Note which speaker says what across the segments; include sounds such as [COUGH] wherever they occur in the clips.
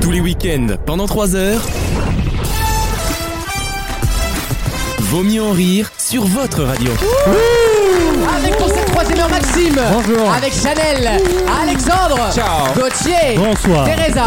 Speaker 1: Tous les week-ends, pendant 3 heures. Vaut mieux en rire sur votre radio.
Speaker 2: Avec pour cette troisième heure Maxime
Speaker 3: Bonjour.
Speaker 2: Avec Chanel Alexandre
Speaker 4: Ciao.
Speaker 2: Gauthier
Speaker 3: Bonsoir.
Speaker 2: Teresa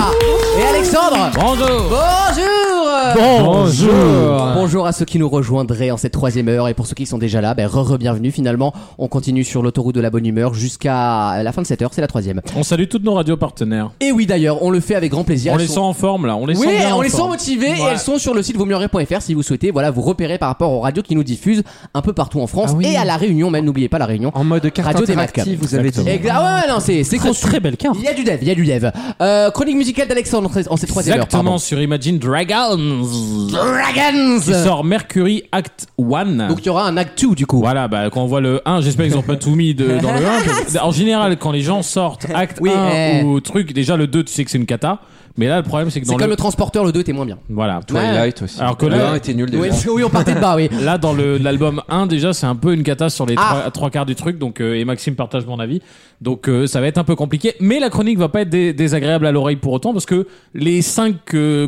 Speaker 2: Et Alexandre
Speaker 4: Bonjour.
Speaker 2: Bonjour
Speaker 3: Bonjour.
Speaker 2: Bonjour à ceux qui nous rejoindraient en cette troisième heure et pour ceux qui sont déjà là, ben, re-re-bienvenue finalement. On continue sur l'autoroute de la bonne humeur jusqu'à la fin de cette heure, c'est la troisième.
Speaker 4: On salue toutes nos radios partenaires.
Speaker 2: Et oui d'ailleurs, on le fait avec grand plaisir.
Speaker 4: On
Speaker 2: Elles
Speaker 4: les
Speaker 2: sont-
Speaker 4: sent en forme là, on les
Speaker 2: Oui,
Speaker 4: sent bien
Speaker 2: on
Speaker 4: en
Speaker 2: les sent
Speaker 4: forme.
Speaker 2: motivées et
Speaker 4: Ouais.
Speaker 2: elles sont sur le site vautmieuxenrire.fr si vous souhaitez voilà, vous repérer par rapport aux radios qui nous diffusent un peu partout en France
Speaker 5: Ah oui.
Speaker 2: et à La Réunion même, n'oubliez pas La Réunion.
Speaker 5: En mode carte
Speaker 2: Radio des
Speaker 5: interactive, vous avez dit.
Speaker 2: Et- ah ouais, non, c'est c'est
Speaker 5: Très,
Speaker 2: construit.
Speaker 5: très belle carte.
Speaker 2: Il y a du dev, il y a du dev. Euh, chronique musicale d'Alexandre en cette troisième heure.
Speaker 4: Exactement
Speaker 2: Pardon.
Speaker 4: sur Imagine Dragons. Qui
Speaker 2: Dragons
Speaker 4: sort Mercury Act 1.
Speaker 2: Donc il y aura un act 2 du coup.
Speaker 4: Voilà, bah, quand on voit le 1, j'espère qu'ils ont pas tout mis de- dans le 1. parce- En général, quand les gens sortent Act
Speaker 2: Oui,
Speaker 4: 1
Speaker 2: eh.
Speaker 4: ou truc, déjà le 2, tu sais que c'est une cata. Mais là, le problème, c'est que
Speaker 2: C'est
Speaker 4: dans
Speaker 2: comme
Speaker 4: le.
Speaker 2: le... transporteur, le 2 t'es moins bien.
Speaker 4: Voilà.
Speaker 2: Twilight
Speaker 5: aussi.
Speaker 4: Alors que
Speaker 5: le
Speaker 4: là-
Speaker 5: 1 était nul déjà.
Speaker 2: Oui, oui, on partait de bas, oui.
Speaker 4: Là, dans [LAUGHS] le- l'album 1, déjà, c'est un peu une cata sur les
Speaker 2: Ah.
Speaker 4: trois, trois quarts du truc. Donc, euh, et Maxime partage mon avis. Donc, euh, ça va être un peu compliqué. Mais la chronique va pas être dé- désagréable à l'oreille pour autant parce que les 5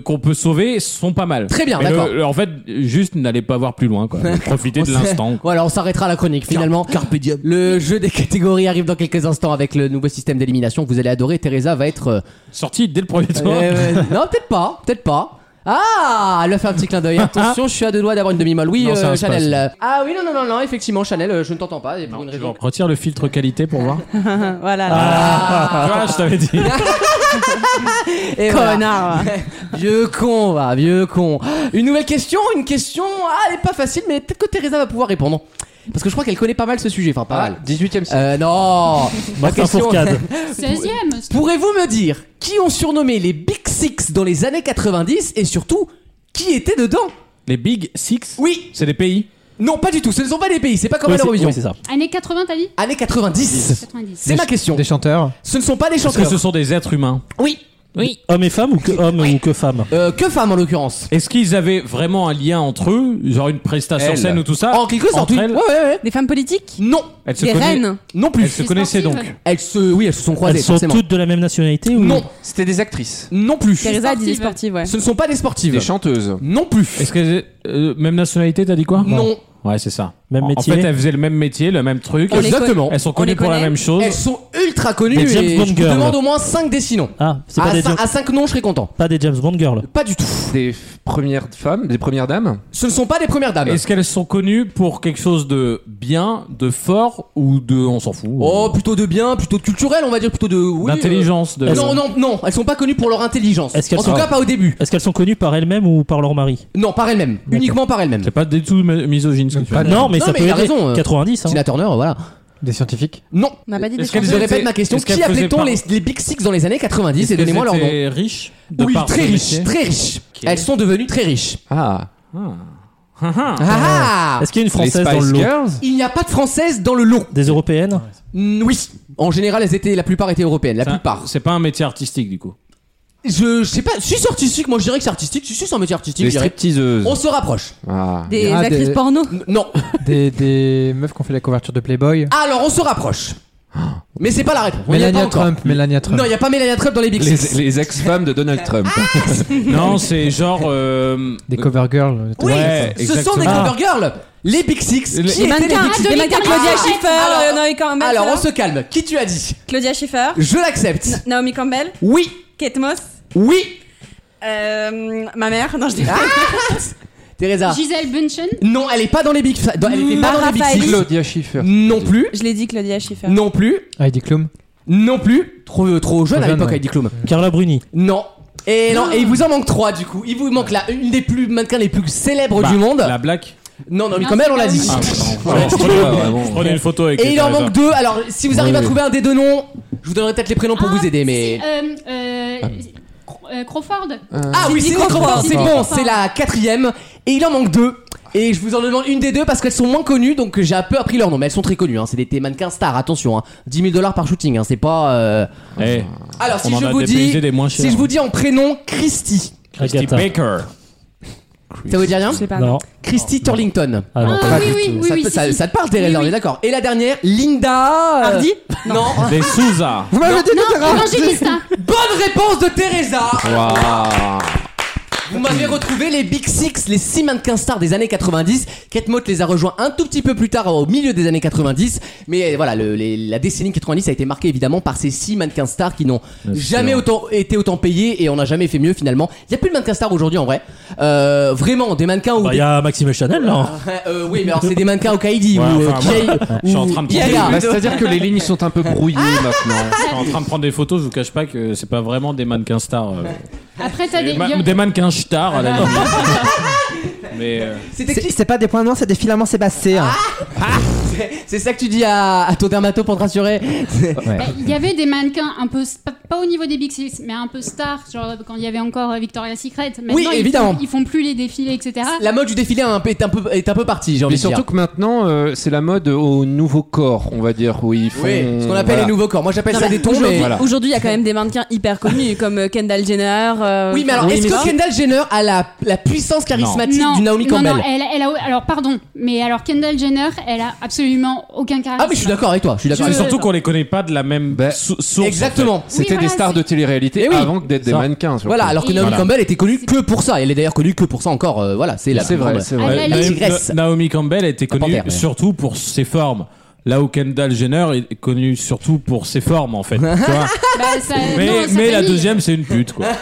Speaker 4: qu'on peut sauver sont pas mal.
Speaker 2: Très bien,
Speaker 4: Mais le-
Speaker 2: d'accord.
Speaker 4: le- En fait, juste n'allez pas voir plus
Speaker 2: [LAUGHS]
Speaker 4: loin. Quoi. Profitez
Speaker 2: On
Speaker 4: de
Speaker 2: s'est-
Speaker 4: l'instant.
Speaker 2: Voilà, on s'arrêtera à la chronique finalement. Le jeu des catégories arrive dans quelques instants avec le nouveau système d'élimination que vous allez adorer. Teresa va être. euh,
Speaker 4: Sorti dès le premier tour.
Speaker 2: euh, [LAUGHS] non, peut-être pas, peut-être pas. Ah, elle a fait un petit clin d'œil. Attention, je suis à deux doigts d'avoir une demi-molle. Oui,
Speaker 4: Non, c'est
Speaker 2: euh,
Speaker 4: un spasme.
Speaker 2: Chanel. euh, Ah oui, non, non, non, non, effectivement, Chanel, euh, je ne t'entends pas. et pour une raison.
Speaker 4: Retire le filtre qualité pour voir. Ah.
Speaker 6: Voilà.
Speaker 2: Ah.
Speaker 4: [LAUGHS] Voilà, je t'avais dit.
Speaker 2: [LAUGHS] Et voilà.
Speaker 6: Connard.
Speaker 2: [LAUGHS] Vieux con, va, vieux con. Une nouvelle question, une question. Ah, elle est pas facile, mais peut-être que Teresa va pouvoir répondre. Parce que je crois qu'elle connaît pas mal ce sujet, enfin pas mal.
Speaker 5: 18ème siècle.
Speaker 2: Euh, non La
Speaker 3: Martin
Speaker 2: question-
Speaker 3: Fourcade.
Speaker 7: 16ème
Speaker 2: [LAUGHS] Pourrez-vous me dire qui ont surnommé les Big Six dans les années 90 et surtout qui était dedans
Speaker 4: Les Big Six,
Speaker 2: Oui
Speaker 4: c'est des pays.
Speaker 2: Non, pas du tout, ce ne sont pas des pays, c'est pas comme
Speaker 3: Oui,
Speaker 2: à l'Eurovision.
Speaker 3: oui, c'est ça.
Speaker 7: Années 80, t'as dit
Speaker 2: Années 90
Speaker 7: 90.
Speaker 2: C'est ma question.
Speaker 5: Des chanteurs.
Speaker 2: Ce ne sont pas des
Speaker 4: Parce que
Speaker 2: chanteurs.
Speaker 4: ce sont des êtres humains.
Speaker 2: Oui
Speaker 3: Oui. Hommes et femmes ou que hommes ou que femmes
Speaker 2: Euh, Que femmes en l'occurrence
Speaker 4: Est-ce qu'ils avaient vraiment un lien entre eux, genre une prestation
Speaker 5: Elles.
Speaker 4: sur scène ou tout ça
Speaker 2: En quelque sorte,
Speaker 4: Ah. entre
Speaker 2: oui.
Speaker 4: elles,
Speaker 2: Ouais, ouais, ouais.
Speaker 6: Des femmes politiques
Speaker 2: Non
Speaker 4: elles se
Speaker 6: Des
Speaker 4: conna-
Speaker 6: reines
Speaker 2: Non
Speaker 4: Elles
Speaker 2: plus
Speaker 4: se
Speaker 7: Des
Speaker 4: connaissaient donc.
Speaker 7: sportives.
Speaker 2: Elles se... Oui, elles se sont croisées,
Speaker 3: Elles sont
Speaker 2: forcément.
Speaker 3: toutes de la même nationalité ou
Speaker 2: Non
Speaker 5: C'était des actrices.
Speaker 2: Non plus.
Speaker 6: Teresa
Speaker 7: sportives.
Speaker 6: dit des sportives, ouais.
Speaker 2: Ce ne sont pas des sportives.
Speaker 5: Des chanteuses.
Speaker 2: non plus.
Speaker 4: Est-ce que euh, même nationalité, t'as dit quoi
Speaker 2: Non.
Speaker 4: Ouais, c'est ça.
Speaker 3: Même
Speaker 4: En-
Speaker 3: métier.
Speaker 4: En fait, elles faisaient le même métier, le même truc.
Speaker 6: On les
Speaker 2: Exactement.
Speaker 4: Elles sont
Speaker 6: On
Speaker 4: connues
Speaker 6: les
Speaker 4: pour la
Speaker 6: connaît.
Speaker 4: même chose.
Speaker 2: Elles sont ultra connues
Speaker 3: Des James
Speaker 2: et
Speaker 3: Bond
Speaker 2: je vous
Speaker 3: girls.
Speaker 2: demande au moins 5 des 6 noms.
Speaker 3: Ah, c'est pas
Speaker 2: À,
Speaker 3: des,
Speaker 2: cin-
Speaker 3: James-
Speaker 2: à 5 noms, je serais content.
Speaker 3: pas des James Bond girls.
Speaker 2: Pas du tout.
Speaker 5: Des f- premières femmes. Des premières dames.
Speaker 2: Ce ne sont pas des premières dames.
Speaker 4: Est-ce qu'elles sont connues pour quelque chose de bien, de fort ou de on s'en fout euh,
Speaker 2: Oh, plutôt de bien, plutôt de culturel, on va dire plutôt de. Oui,
Speaker 4: D'intelligence, de.
Speaker 2: euh, Non, non, non, elles sont pas connues pour leur intelligence.
Speaker 3: Est-ce qu'elles
Speaker 2: en tout
Speaker 3: sont-
Speaker 2: cas, pas au début.
Speaker 3: Est-ce qu'elles sont connues par elles-mêmes ou par leur mari
Speaker 2: Non, par elles-mêmes. Uniquement par elles-mêmes.
Speaker 4: C'est pas du tout mi- misogyne ce que tu
Speaker 3: Ah
Speaker 4: dis.
Speaker 3: Non, mais
Speaker 2: Non,
Speaker 3: ça
Speaker 2: mais
Speaker 3: peut
Speaker 2: il a
Speaker 3: aider.
Speaker 2: raison, euh.
Speaker 3: 90. hein.
Speaker 2: Tina Turner, voilà.
Speaker 5: Des scientifiques.
Speaker 2: Non.
Speaker 6: On n'a pas dit des
Speaker 4: Est-ce qu'elles
Speaker 2: Je
Speaker 6: chanteuses.
Speaker 4: étaient-
Speaker 2: répète ma question.
Speaker 4: est-ce qu'elles
Speaker 2: Qui
Speaker 4: faisaient
Speaker 2: appelait-on
Speaker 4: par-
Speaker 2: les, les Big Six dans les années 90
Speaker 4: Est-ce
Speaker 2: et donnez-moi leur
Speaker 4: qu'elles
Speaker 2: nom
Speaker 4: étaient riches de
Speaker 2: Oui,
Speaker 4: par
Speaker 2: très
Speaker 4: leur
Speaker 2: riches,
Speaker 4: métier
Speaker 2: très riches.
Speaker 4: Ok.
Speaker 2: Elles sont devenues très riches.
Speaker 5: Ah.
Speaker 4: Ah, ah.
Speaker 2: Ah ah
Speaker 3: Est-ce qu'il y a une
Speaker 5: Les
Speaker 3: française
Speaker 5: Spice
Speaker 3: dans le lot
Speaker 5: Girls.
Speaker 2: Il n'y a pas de françaises dans le lot.
Speaker 3: Des européennes
Speaker 2: Mm, Oui. En général, elles étaient, la plupart étaient européennes. La
Speaker 4: C'est un-
Speaker 2: plupart.
Speaker 4: C'est pas un métier artistique du coup.
Speaker 2: Je, je sais pas. Si c'est artistique, moi je dirais que c'est artistique. Si c'est un métier artistique,
Speaker 5: Des
Speaker 2: je dirais. Oh,
Speaker 5: stripteaseuses.
Speaker 2: On se rapproche.
Speaker 5: Ah.
Speaker 6: Des
Speaker 8: Ah,
Speaker 6: actrices
Speaker 8: des-
Speaker 6: porno.
Speaker 2: N- non.
Speaker 8: Des, des meufs qui ont fait la couverture de Playboy.
Speaker 2: Alors on se rapproche. Mais c'est pas la réponse. On y est pas
Speaker 8: Melania
Speaker 2: encore.
Speaker 8: Trump, Melania Trump.
Speaker 2: Non, il y a pas Melania Trump dans les Big
Speaker 5: Les,
Speaker 2: Six.
Speaker 5: les ex-femmes de Donald Trump.
Speaker 2: Ah.
Speaker 4: non, c'est genre. euh,
Speaker 8: Des cover girls.
Speaker 2: Oui,
Speaker 4: Ouais,
Speaker 2: ce sont
Speaker 4: exactement.
Speaker 2: des
Speaker 8: Ah.
Speaker 2: cover girls. Les Big Six. Qui
Speaker 4: Les-
Speaker 2: étaient
Speaker 6: Des mannequins.
Speaker 2: les Big Six
Speaker 6: Des mannequins Claudia
Speaker 7: Arrête.
Speaker 6: Schiffer.
Speaker 2: Ah, Alors-
Speaker 6: euh, Naomi Campbell.
Speaker 2: Alors on
Speaker 6: alors.
Speaker 2: se calme. Qui tu as dit
Speaker 6: Claudia Schiffer.
Speaker 2: Je l'accepte.
Speaker 6: Naomi Campbell.
Speaker 2: Oui.
Speaker 6: Kate Moss.
Speaker 2: Oui.
Speaker 6: euh, ma mère. Non, je dis pas.
Speaker 2: Teresa.
Speaker 7: Gisèle Bündchen
Speaker 2: Non, elle est pas dans les Big. dans- Elle était pas dans les Big
Speaker 6: Raphaël.
Speaker 2: Six.
Speaker 5: Claudia Schiffer.
Speaker 2: Non plus.
Speaker 6: Je l'ai dit, Claudia Schiffer.
Speaker 2: Non plus.
Speaker 8: Heidi Klum.
Speaker 2: Non plus.
Speaker 4: euh,
Speaker 2: Trop, trop
Speaker 8: Trop
Speaker 2: jeune à
Speaker 8: jeune,
Speaker 2: l'époque,
Speaker 8: ouais.
Speaker 2: Heidi Klum.
Speaker 3: Carla Bruni.
Speaker 2: Non. Et non, et il vous en manque trois du coup. Il vous manque la une des plus mannequins les plus célèbres
Speaker 4: bah,
Speaker 2: du monde.
Speaker 4: La black.
Speaker 2: Non, non, mais
Speaker 7: Non,
Speaker 2: quand même,
Speaker 7: c'est
Speaker 2: on l'a
Speaker 7: pas
Speaker 2: dit.
Speaker 7: oui.
Speaker 4: Ah, pardon.
Speaker 5: Ouais,
Speaker 4: Je prenais- je prenais une photo avec.
Speaker 2: Et il en
Speaker 4: Teresa.
Speaker 2: manque deux. Alors, si vous arrivez à trouver un des deux noms, je vous donnerai peut-être les prénoms pour
Speaker 7: Ah,
Speaker 2: vous aider, mais.
Speaker 7: Euh, euh, Cro- euh, Crawford
Speaker 2: Ah oui, c'est
Speaker 6: Cindy
Speaker 2: bon,
Speaker 6: Crawford.
Speaker 2: c'est
Speaker 7: Cindy
Speaker 2: bon,
Speaker 7: Crawford.
Speaker 2: c'est la quatrième. Et il en manque deux. Et je vous en demande une des deux parce qu'elles sont moins connues, donc j'ai un peu appris leur nom. Mais elles sont très connues, hein. c'est des des mannequins stars, attention. Hein. 10 000 dollars par shooting, hein. c'est pas. euh,
Speaker 4: Eh,
Speaker 2: Alors si
Speaker 4: On en
Speaker 2: je
Speaker 4: a
Speaker 2: vous
Speaker 4: dépaysé
Speaker 2: dis,
Speaker 4: des moins chers.
Speaker 2: si je vous dis en prénom Christy,
Speaker 4: Christy
Speaker 3: Agatha.
Speaker 4: Baker.
Speaker 2: Ça vous dit rien
Speaker 6: Je sais pas.
Speaker 3: Non.
Speaker 2: Christy Turlington.
Speaker 3: Ah non.
Speaker 7: Ah
Speaker 2: pas
Speaker 7: oui,
Speaker 2: du
Speaker 7: oui,
Speaker 2: tout.
Speaker 7: oui,
Speaker 2: ça,
Speaker 7: oui,
Speaker 2: te-
Speaker 7: si,
Speaker 2: ça-
Speaker 7: si.
Speaker 2: ça te parle, Thérèse,
Speaker 7: Oui,
Speaker 2: on
Speaker 7: oui.
Speaker 2: est d'accord. Et la dernière, Linda. euh,
Speaker 6: Hardy
Speaker 2: Non.
Speaker 4: Des Souza.
Speaker 2: [LAUGHS]
Speaker 8: Vous m'avez dit que
Speaker 7: Non, hein. Évangélista.
Speaker 2: Bonne réponse de Teresa
Speaker 5: Waouh
Speaker 2: Vous m'avez retrouvé les Big Six, les six mannequins stars des années 90. Kate Motte les a rejoints un tout petit peu plus tard, au milieu des années 90. Mais euh, voilà, le- les- la décennie 90 a été marquée évidemment par ces six mannequins stars qui n'ont jamais autant, été autant payés et on n'a jamais fait mieux finalement. Il n'y a plus de mannequins stars aujourd'hui en vrai. Euh, vraiment, des mannequins
Speaker 4: Ah
Speaker 2: ou
Speaker 3: Bah, Il y a Maxime et Chanel là.
Speaker 2: [LAUGHS] Euh, oui, mais alors c'est des mannequins au Kaidi
Speaker 4: Ouais,
Speaker 2: ou euh,
Speaker 4: enfin,
Speaker 2: Kay-
Speaker 4: Je suis en
Speaker 2: ou
Speaker 4: train de
Speaker 2: Gaga.
Speaker 4: prendre-
Speaker 5: Bah, C'est-à-dire que les lignes sont un peu brouillées
Speaker 2: Ah.
Speaker 5: maintenant.
Speaker 4: Je suis en train de prendre des photos, je vous cache pas que c'est pas vraiment des mannequins stars. euh.
Speaker 7: Après, t'as
Speaker 4: Des,
Speaker 7: des.
Speaker 4: ma-
Speaker 7: y a-
Speaker 4: des mannequins stars à la
Speaker 2: Ah.
Speaker 4: limite. Mais
Speaker 2: [LAUGHS]
Speaker 4: euh,
Speaker 2: C'était qui
Speaker 8: C'est c'est pas des points noirs, c'est des filaments sébastéens.
Speaker 2: C'est ça que tu dis à, à ton dermato pour te rassurer
Speaker 7: bah, Il y avait des mannequins un peu. pas- Pas au niveau des Big Six, mais un peu stars. Genre quand il y avait encore euh, Victoria's Secret. Maintenant,
Speaker 2: Oui,
Speaker 7: ils font-
Speaker 2: évidemment.
Speaker 7: Ils font plus les défilés, etc.
Speaker 2: La mode du défilé est un peu, est un peu, est un peu partie, j'ai envie
Speaker 5: Mais
Speaker 2: de dire.
Speaker 5: surtout que maintenant, euh, c'est la mode au nouveau corps, on va dire, où ils font.
Speaker 2: Oui, ce qu'on appelle
Speaker 5: voilà.
Speaker 2: les nouveaux corps. Moi j'appelle
Speaker 6: Non,
Speaker 2: ça
Speaker 6: mais
Speaker 2: des tons,
Speaker 6: Aujourd'hui,
Speaker 2: mais.
Speaker 5: Voilà.
Speaker 6: aujourd'hui, il y a quand même des mannequins hyper connus comme euh, Kendall Jenner. euh,
Speaker 2: Oui, mais alors
Speaker 6: enfin,
Speaker 2: est-ce
Speaker 6: tu
Speaker 2: que
Speaker 6: vois
Speaker 2: Kendall Jenner a la, la puissance charismatique
Speaker 7: Non,
Speaker 2: du Naomi
Speaker 7: non,
Speaker 2: Campbell
Speaker 7: non, elle, elle a, alors pardon, mais alors Kendall Jenner, elle a absolument aucun charisme.
Speaker 2: Ah, mais je suis d'accord avec toi, je suis d'accord
Speaker 4: c'est
Speaker 2: avec toi.
Speaker 4: surtout qu'on les connaît pas de la même
Speaker 5: Bah,
Speaker 4: sou- source. en fait.
Speaker 2: Ben, Exactement.
Speaker 7: Oui,
Speaker 5: C'était des
Speaker 7: voilà,
Speaker 5: stars de télé-réalité
Speaker 2: Eh oui.
Speaker 5: avant que d'être des
Speaker 4: Ça.
Speaker 5: mannequins. surtout.
Speaker 2: Voilà, alors que
Speaker 7: Et-
Speaker 2: Naomi
Speaker 7: Voilà.
Speaker 2: Campbell était connue que pour ça. Elle est d'ailleurs connue que pour ça encore. euh, voilà, c'est la.
Speaker 5: C'est vrai, c'est
Speaker 7: Ah,
Speaker 5: vrai.
Speaker 7: là,
Speaker 4: Na-
Speaker 7: là,
Speaker 2: Naomi-
Speaker 7: il-
Speaker 2: tigresse.
Speaker 4: Naomi Campbell a été connue
Speaker 2: panthère, mais-
Speaker 4: surtout pour ses formes. Là où Kendall Jenner est connue surtout pour ses formes
Speaker 2: [LAUGHS]
Speaker 4: en fait. tu vois. [LAUGHS]
Speaker 7: bah, ça- non,
Speaker 4: mais
Speaker 7: sa
Speaker 4: mais la
Speaker 7: famille-
Speaker 4: deuxième c'est une
Speaker 2: [LAUGHS]
Speaker 4: pute quoi.
Speaker 2: Ah,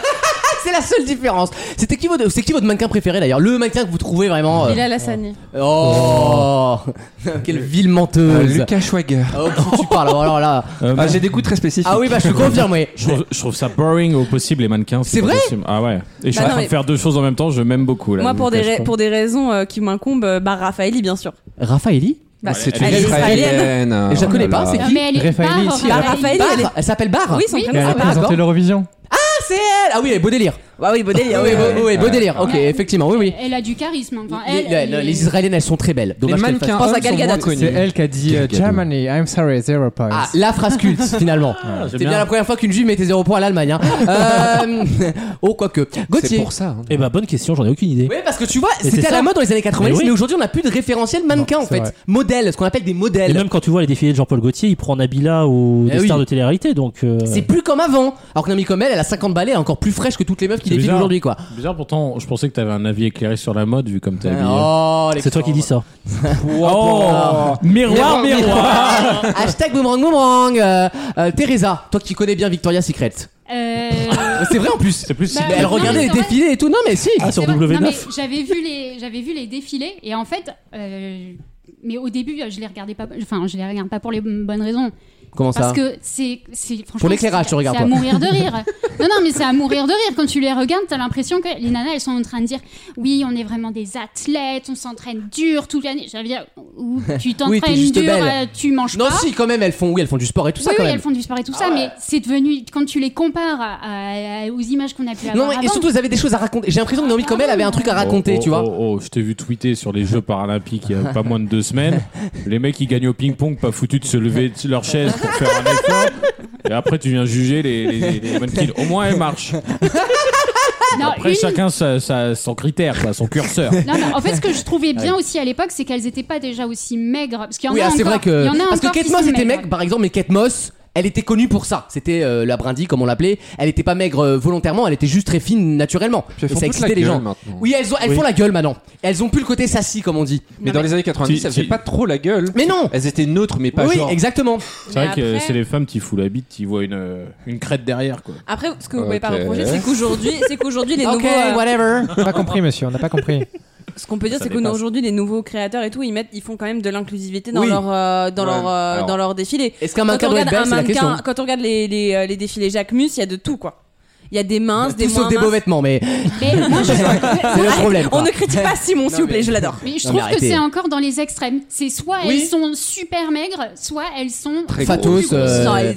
Speaker 2: C'est la seule différence. C'était qui votre, c'est qui votre mannequin préféré d'ailleurs Le mannequin que vous trouvez vraiment. euh,
Speaker 6: Bilal Hassani.
Speaker 2: Oh, [LAUGHS] Quelle ville
Speaker 5: Euh,
Speaker 2: menteuse
Speaker 5: Lucas Schwager.
Speaker 8: Ah,
Speaker 2: Oh, tu- tu parles, oh là là.
Speaker 4: Euh,
Speaker 5: Ah, j'ai des goûts très spécifiques.
Speaker 2: Ah oui,
Speaker 5: [LAUGHS]
Speaker 2: bah je te confirme, oui.
Speaker 4: je, trouve, je trouve ça boring au possible les mannequins.
Speaker 2: C'est
Speaker 4: pas
Speaker 2: vrai
Speaker 4: possible. Ah ouais. Et je suis en
Speaker 6: Bah non,
Speaker 4: train de
Speaker 6: mais-
Speaker 4: faire deux choses en même temps. Je m'aime beaucoup là.
Speaker 6: Moi,
Speaker 4: je
Speaker 6: pour
Speaker 4: vous
Speaker 6: des,
Speaker 4: cache
Speaker 6: ra-
Speaker 4: pas.
Speaker 6: pour des raisons euh, qui m'incombent, euh, bah Raphaël, bien sûr.
Speaker 2: Raphaëli
Speaker 6: Bah,
Speaker 5: Ah, C'est une
Speaker 6: elle est israélienne.
Speaker 5: israélienne.
Speaker 2: Et je la
Speaker 5: Oh
Speaker 2: connais
Speaker 5: là
Speaker 2: pas,
Speaker 5: là.
Speaker 2: c'est
Speaker 7: Non,
Speaker 2: qui
Speaker 7: mais elle est
Speaker 8: Raphaël
Speaker 7: barre,
Speaker 8: ici,
Speaker 7: Raphaël.
Speaker 6: Bah, Raphaël,
Speaker 2: Barre
Speaker 6: elle est-
Speaker 2: Elle s'appelle Barre
Speaker 6: Oui, son
Speaker 8: Et
Speaker 6: prénom,
Speaker 8: elle
Speaker 6: c'est
Speaker 8: a
Speaker 6: Raphaël.
Speaker 8: présenté l'Eurovision.
Speaker 2: Ah, c'est elle Ah oui, elle est beau délire
Speaker 6: Bah oui, beau délire.
Speaker 2: Ah oui,
Speaker 6: oui, oui.
Speaker 2: beau, oui, beau délire, ok,
Speaker 7: Ouais.
Speaker 2: effectivement, oui, oui.
Speaker 7: Elle a du charisme. Enfin,
Speaker 2: Les,
Speaker 7: elle,
Speaker 2: les- les Israéliennes, elles sont très belles.
Speaker 5: Les
Speaker 2: Dommage qu'elles
Speaker 5: mannequins
Speaker 2: fassent-
Speaker 6: pense à
Speaker 5: hommes
Speaker 6: Bah, Gal
Speaker 5: sont moins
Speaker 6: Gadot.
Speaker 5: connus.
Speaker 8: C'est elle qui a dit euh, Germany, I'm sorry, zero points.
Speaker 2: Ah, la phrase culte, finalement.
Speaker 4: Ah,
Speaker 2: C'est
Speaker 4: j'aime
Speaker 2: bien.
Speaker 4: bien.
Speaker 2: la première fois qu'une juive mettait zéro point à l'Allemagne. Hein. Euh, oh, quoique.
Speaker 5: C'est
Speaker 2: Gauthier.
Speaker 5: pour ça. hein.
Speaker 3: Eh bah, bonne question, j'en ai aucune idée.
Speaker 2: Oui, parce que tu vois,
Speaker 3: Mais
Speaker 2: c'était
Speaker 3: c'est
Speaker 2: à la
Speaker 3: ça.
Speaker 2: mode dans les années 90, mais,
Speaker 3: Mais oui.
Speaker 2: aujourd'hui on n'a plus de référentiel mannequin
Speaker 8: Non,
Speaker 2: en
Speaker 8: c'est
Speaker 2: fait.
Speaker 8: vrai.
Speaker 2: Modèle, ce qu'on appelle des
Speaker 3: Et
Speaker 2: modèles.
Speaker 3: même quand tu vois les défilés de Jean-Paul Gaultier, il prend Nabila ou
Speaker 2: Eh
Speaker 3: des
Speaker 2: oui.
Speaker 3: stars de télé-réalité donc. euh,
Speaker 2: C'est plus comme avant. Alors que Naomi Campbell, elle a 50 balais, elle est encore plus fraîche que toutes les meufs qui
Speaker 4: C'est
Speaker 2: défilent
Speaker 4: bizarre.
Speaker 2: aujourd'hui quoi.
Speaker 4: Bizarre pourtant. Je pensais que t'avais un avis éclairé sur la mode vu comme t'es habillé.
Speaker 2: Oh,
Speaker 3: C'est toi qui dis ça.
Speaker 4: Oh, miroir, miroir.
Speaker 7: [LAUGHS]
Speaker 2: Hashtag boomerang boomerang. Euh, euh, Teresa, toi qui connais bien Victoria's Secret.
Speaker 7: Euh,
Speaker 2: C'est vrai en plus.
Speaker 4: C'est plus.
Speaker 7: Bah,
Speaker 2: Mais elle
Speaker 7: non,
Speaker 2: regardait
Speaker 7: mais
Speaker 2: les
Speaker 7: c'est vrai.
Speaker 2: défilés et tout. Non mais si.
Speaker 3: Ah, sur
Speaker 7: C'est vrai.
Speaker 3: W9
Speaker 7: Non, mais J'avais vu les, j'avais vu les défilés et en fait, euh, mais au début, je les regardais pas. Enfin, je les regarde pas pour les bonnes raisons.
Speaker 2: Comment ça
Speaker 7: Parce que c'est, c'est franchement.
Speaker 2: l'éclairage,
Speaker 7: c'est-
Speaker 2: tu regardes,
Speaker 7: C'est à
Speaker 2: toi. [LAUGHS]
Speaker 7: mourir de rire. non, non, mais c'est à mourir de rire quand tu les regardes. T'as l'impression que les nanas, elles sont en train de dire, oui, on est vraiment des athlètes, on s'entraîne dur toute l'année. J'allais dire, ou
Speaker 2: [LAUGHS]
Speaker 7: tu t'entraînes
Speaker 2: juste
Speaker 7: dur,
Speaker 2: belle.
Speaker 7: euh, tu manges
Speaker 2: Non
Speaker 7: pas.
Speaker 2: si quand même elles font oui elles font du sport et tout ça
Speaker 7: oui,
Speaker 2: quand
Speaker 7: oui,
Speaker 2: même.
Speaker 7: elles font du sport et tout ça, mais c'est devenu quand tu les compares à- à- aux images qu'on a pu avoir
Speaker 2: Non mais-
Speaker 7: avant.
Speaker 2: et surtout elles avaient des choses à raconter. J'ai l'impression que Naomi Campbell avait un truc à raconter
Speaker 4: Oh, oh,
Speaker 2: tu vois.
Speaker 4: Oh, oh, je t'ai vu tweeter sur les Jeux Paralympiques il y a pas moins de deux [LAUGHS] semaines. Les mecs, ils gagnent au ping-pong, pas foutus de se lever de leur chaise pour faire un effort. Et après, tu viens juger les, les, les mannequins. Au moins, elles marchent.
Speaker 7: Non,
Speaker 4: Après,
Speaker 7: une-
Speaker 4: chacun sa- sa- son critère, quoi, son curseur.
Speaker 7: Non, non, en fait, ce que je
Speaker 2: [LAUGHS]
Speaker 7: trouvais bien aussi à l'époque, c'est qu'elles n'étaient pas déjà aussi maigres. Parce qu'il y en
Speaker 2: Oui
Speaker 7: a
Speaker 2: ah, c'est
Speaker 7: encore-
Speaker 2: vrai que
Speaker 7: il y en a
Speaker 2: parce que
Speaker 7: encore qui
Speaker 2: Kate Moss
Speaker 7: sont
Speaker 2: était
Speaker 7: maigres.
Speaker 2: maigre par exemple mais Kate Moss elle était connue pour ça. C'était euh, la brindille comme on l'appelait. Elle était pas maigre euh, volontairement elle était juste très fine naturellement.
Speaker 5: Puis elles
Speaker 2: Et
Speaker 5: font
Speaker 2: ça
Speaker 5: toute la
Speaker 2: excitait les
Speaker 5: gueule
Speaker 2: gens.
Speaker 5: maintenant.
Speaker 2: Oui elles ont- elles
Speaker 3: Oui.
Speaker 2: font la gueule maintenant. Elles ont plus le côté sassy comme on dit.
Speaker 5: Mais dans les années 90,
Speaker 4: Tu-
Speaker 5: ça faisait
Speaker 4: tu-
Speaker 5: pas trop la gueule.
Speaker 2: Mais non.
Speaker 5: Elles étaient neutres, mais pas
Speaker 2: Oui
Speaker 5: genre.
Speaker 2: exactement.
Speaker 4: C'est vrai
Speaker 6: Mais
Speaker 4: que euh,
Speaker 6: après-
Speaker 4: c'est les femmes qui foutent la bite, qui voient une, euh, une crête derrière, quoi.
Speaker 6: Après, ce que vous pouvez pas
Speaker 5: Ok.
Speaker 6: reprocher, c'est qu'aujourd'hui, c'est qu'aujourd'hui les
Speaker 2: Ok
Speaker 6: nouveaux, euh,
Speaker 2: whatever.
Speaker 8: On n'a pas compris, monsieur, on n'a pas compris.
Speaker 6: ce qu'on peut dire,
Speaker 4: Ça
Speaker 6: c'est
Speaker 4: dépasse.
Speaker 6: qu'aujourd'hui les nouveaux créateurs et tout, ils mettent, ils font quand même de l'inclusivité dans
Speaker 2: Oui.
Speaker 6: leur, euh, dans
Speaker 5: Ouais,
Speaker 6: leur, euh,
Speaker 5: alors.
Speaker 6: dans leur défilé.
Speaker 2: Est-ce qu'un
Speaker 6: Quand
Speaker 2: mannequin
Speaker 6: on
Speaker 2: doit être
Speaker 6: regarde
Speaker 2: belle
Speaker 6: un
Speaker 2: c'est la question.
Speaker 6: mannequin, quand on regarde les les, euh, les défilés Jacquemus, il y a de tout quoi. Il y a des minces, des
Speaker 2: Tout
Speaker 6: moins
Speaker 2: sauf des
Speaker 6: minces.
Speaker 2: beaux vêtements mais
Speaker 7: Mais moi, je,
Speaker 2: c'est le problème.
Speaker 6: On
Speaker 2: quoi.
Speaker 6: ne critique pas Simon, s'il vous plaît,
Speaker 2: mais-
Speaker 6: je l'adore.
Speaker 7: mais je
Speaker 2: Non, mais
Speaker 7: trouve que
Speaker 2: arrêtez.
Speaker 7: c'est encore dans les extrêmes. C'est soit
Speaker 2: Oui.
Speaker 7: elles sont super maigres, soit elles sont.
Speaker 5: Très
Speaker 2: Fatos,
Speaker 5: grosses.
Speaker 2: euh,
Speaker 6: Non, elles,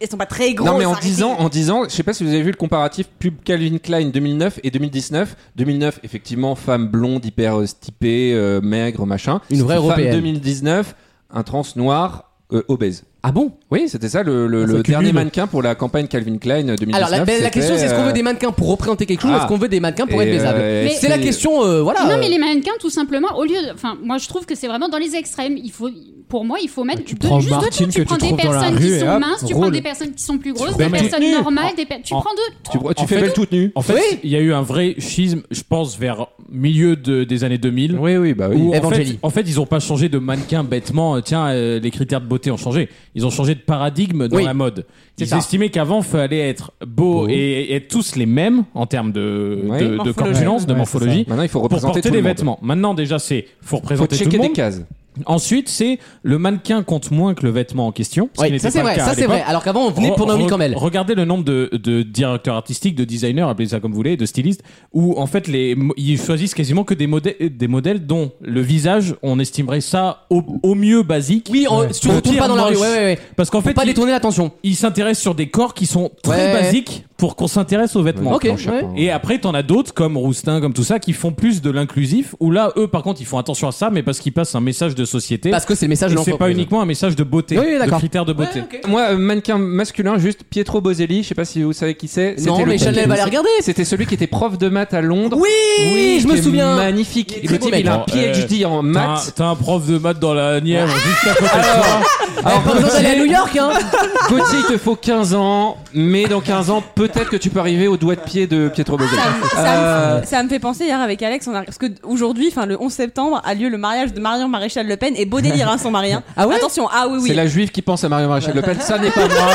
Speaker 6: elles sont pas très grosses.
Speaker 5: Non mais en
Speaker 6: arrêtez.
Speaker 5: 10 ans, en 10 ans, je sais pas si vous avez vu le comparatif pub Calvin Klein 2009 et 2019. 2009 effectivement femme blonde hyper euh, typée, euh, maigre machin.
Speaker 2: Une vraie
Speaker 5: Femme
Speaker 2: européenne.
Speaker 5: 2019 un trans noir euh, obèse.
Speaker 2: Ah bon
Speaker 5: Oui, c'était ça le,
Speaker 3: Ça
Speaker 5: le- le
Speaker 3: cumule.
Speaker 5: dernier mannequin pour la campagne Calvin Klein euh, 2019.
Speaker 2: Alors la, ben, la question c'est est-ce
Speaker 5: euh,
Speaker 2: qu'on veut des mannequins pour représenter quelque chose ou
Speaker 5: ah.
Speaker 2: est-ce qu'on veut des mannequins pour
Speaker 5: Et,
Speaker 2: être baisables
Speaker 5: euh,
Speaker 2: C'est la
Speaker 5: c'est-
Speaker 2: question, euh, voilà.
Speaker 7: Non, mais
Speaker 2: euh,
Speaker 7: les mannequins, tout simplement, au lieu de. Enfin, moi, je trouve que c'est vraiment dans les extrêmes. Il faut, pour moi, il faut mettre
Speaker 3: Tu
Speaker 7: de-
Speaker 3: prends
Speaker 7: juste
Speaker 3: Martine
Speaker 7: de tout.
Speaker 3: que
Speaker 7: Tu prends
Speaker 3: tu
Speaker 7: des
Speaker 3: trouves dans la
Speaker 7: personnes
Speaker 3: rue
Speaker 7: qui
Speaker 3: et
Speaker 7: sont
Speaker 3: hop,
Speaker 7: minces, tu
Speaker 3: roule.
Speaker 7: prends des personnes qui sont plus grosses,
Speaker 4: fais
Speaker 7: des
Speaker 4: toute
Speaker 7: personnes
Speaker 3: nue.
Speaker 7: normales, des per- tu
Speaker 3: en-
Speaker 7: prends de tout.
Speaker 5: Tu, tu
Speaker 4: En
Speaker 5: fais
Speaker 4: fait-
Speaker 5: belle toute nue.
Speaker 4: En fait, il y a eu un vrai schisme, je pense, vers milieu de- des années 2000.
Speaker 5: Oui, oui, bah oui.
Speaker 4: où, en,
Speaker 2: Evangélie.
Speaker 4: fait, en fait, ils ont pas changé de mannequin bêtement. euh, Tiens, euh, les critères de beauté ont changé. Ils ont changé de paradigme dans
Speaker 2: Oui.
Speaker 4: la mode.
Speaker 2: C'est
Speaker 4: Ils
Speaker 2: ça.
Speaker 4: estimaient qu'avant, fallait être beau,
Speaker 5: Beau.
Speaker 4: Et, et être tous les mêmes en termes de,
Speaker 5: Oui.
Speaker 4: de- de
Speaker 5: Morphologie.
Speaker 4: corpulence, de
Speaker 8: Ouais,
Speaker 4: morphologie.
Speaker 5: Maintenant, il faut
Speaker 4: Pour
Speaker 5: représenter
Speaker 4: porter
Speaker 5: tout
Speaker 4: des
Speaker 5: le monde.
Speaker 4: vêtements. Maintenant, déjà, c'est faut
Speaker 5: Faut
Speaker 4: représenter tout
Speaker 5: checker
Speaker 4: le
Speaker 5: des
Speaker 4: monde.
Speaker 5: cases.
Speaker 4: Ensuite, c'est le mannequin compte moins que le vêtement en question. ce qui
Speaker 2: ouais,
Speaker 4: n'était
Speaker 2: ça c'est
Speaker 4: pas le
Speaker 2: vrai,
Speaker 4: cas
Speaker 2: ça
Speaker 4: à
Speaker 2: c'est vrai.
Speaker 4: l'époque.
Speaker 2: Alors qu'avant on venait pour
Speaker 4: Re-
Speaker 2: Naomi
Speaker 4: re-
Speaker 2: Campbell.
Speaker 4: Regardez le nombre de, de directeurs artistiques, de designers, appelez ça comme vous voulez, de stylistes, où en fait les, mo- ils choisissent quasiment que des, modè- des modèles dont le visage, on estimerait ça au, au mieux basique.
Speaker 2: Oui, on, si tu
Speaker 4: Au
Speaker 2: retournes
Speaker 4: pire,
Speaker 2: pas dans la rue,
Speaker 4: moche.
Speaker 2: ouais, ouais, ouais.
Speaker 4: Parce qu'en
Speaker 2: Faut
Speaker 4: fait,
Speaker 2: pas
Speaker 4: ils-
Speaker 2: détourner l'attention.
Speaker 4: ils s'intéressent sur des corps qui sont très
Speaker 2: Ouais.
Speaker 4: basiques pour qu'on s'intéresse aux vêtements.
Speaker 2: Ok,
Speaker 5: Mon chapeau.
Speaker 4: Et après, t'en as d'autres comme Roustin, comme tout ça, qui font plus de l'inclusif, où là, eux, par contre, ils font attention à ça, mais parce qu'ils passent un message de société.
Speaker 2: Parce que c'est le message
Speaker 4: Et
Speaker 2: de
Speaker 4: c'est pas
Speaker 2: l'entreprise.
Speaker 4: uniquement un message de beauté,
Speaker 2: Oui, oui,
Speaker 4: de
Speaker 2: d'accord.
Speaker 4: critère de beauté.
Speaker 2: Ouais, ok.
Speaker 5: Moi, euh, mannequin masculin, juste Pietro Boselli, je sais pas si vous savez qui c'est. C'était
Speaker 2: Non,
Speaker 5: le-
Speaker 2: mais Chanel va les regarder.
Speaker 5: C'était celui qui était prof de maths à Londres.
Speaker 2: Oui, je me
Speaker 5: qui est
Speaker 2: souviens.
Speaker 5: Magnifique.
Speaker 2: Il est très
Speaker 5: Le
Speaker 2: beau
Speaker 5: type, il a un
Speaker 4: mec. Bon, euh,
Speaker 5: PhD en
Speaker 4: T'as un-
Speaker 5: maths.
Speaker 4: T'as un prof de maths dans la Nièvre,
Speaker 2: Ah
Speaker 4: juste à côté de toi.
Speaker 5: Alors,
Speaker 2: Pas besoin d'aller à New York, hein.
Speaker 5: [LAUGHS] Gauthier, il te faut 15 ans, mais dans 15 ans, peut-être que tu peux arriver au doigt de pied de Pietro Boselli.
Speaker 6: Ça, me- ça
Speaker 5: Euh,
Speaker 6: me, ça me fait penser hier avec Alex, on a- parce que aujourd'hui, enfin le 11 septembre, a lieu le mariage de Marion Maréchal Le Pen et beau délire hein, son mari. hein.
Speaker 2: Ah ouais
Speaker 6: Attention, ah oui oui.
Speaker 5: C'est la juive qui pense à Mario Maréchal Le Pen, ça n'est pas moi.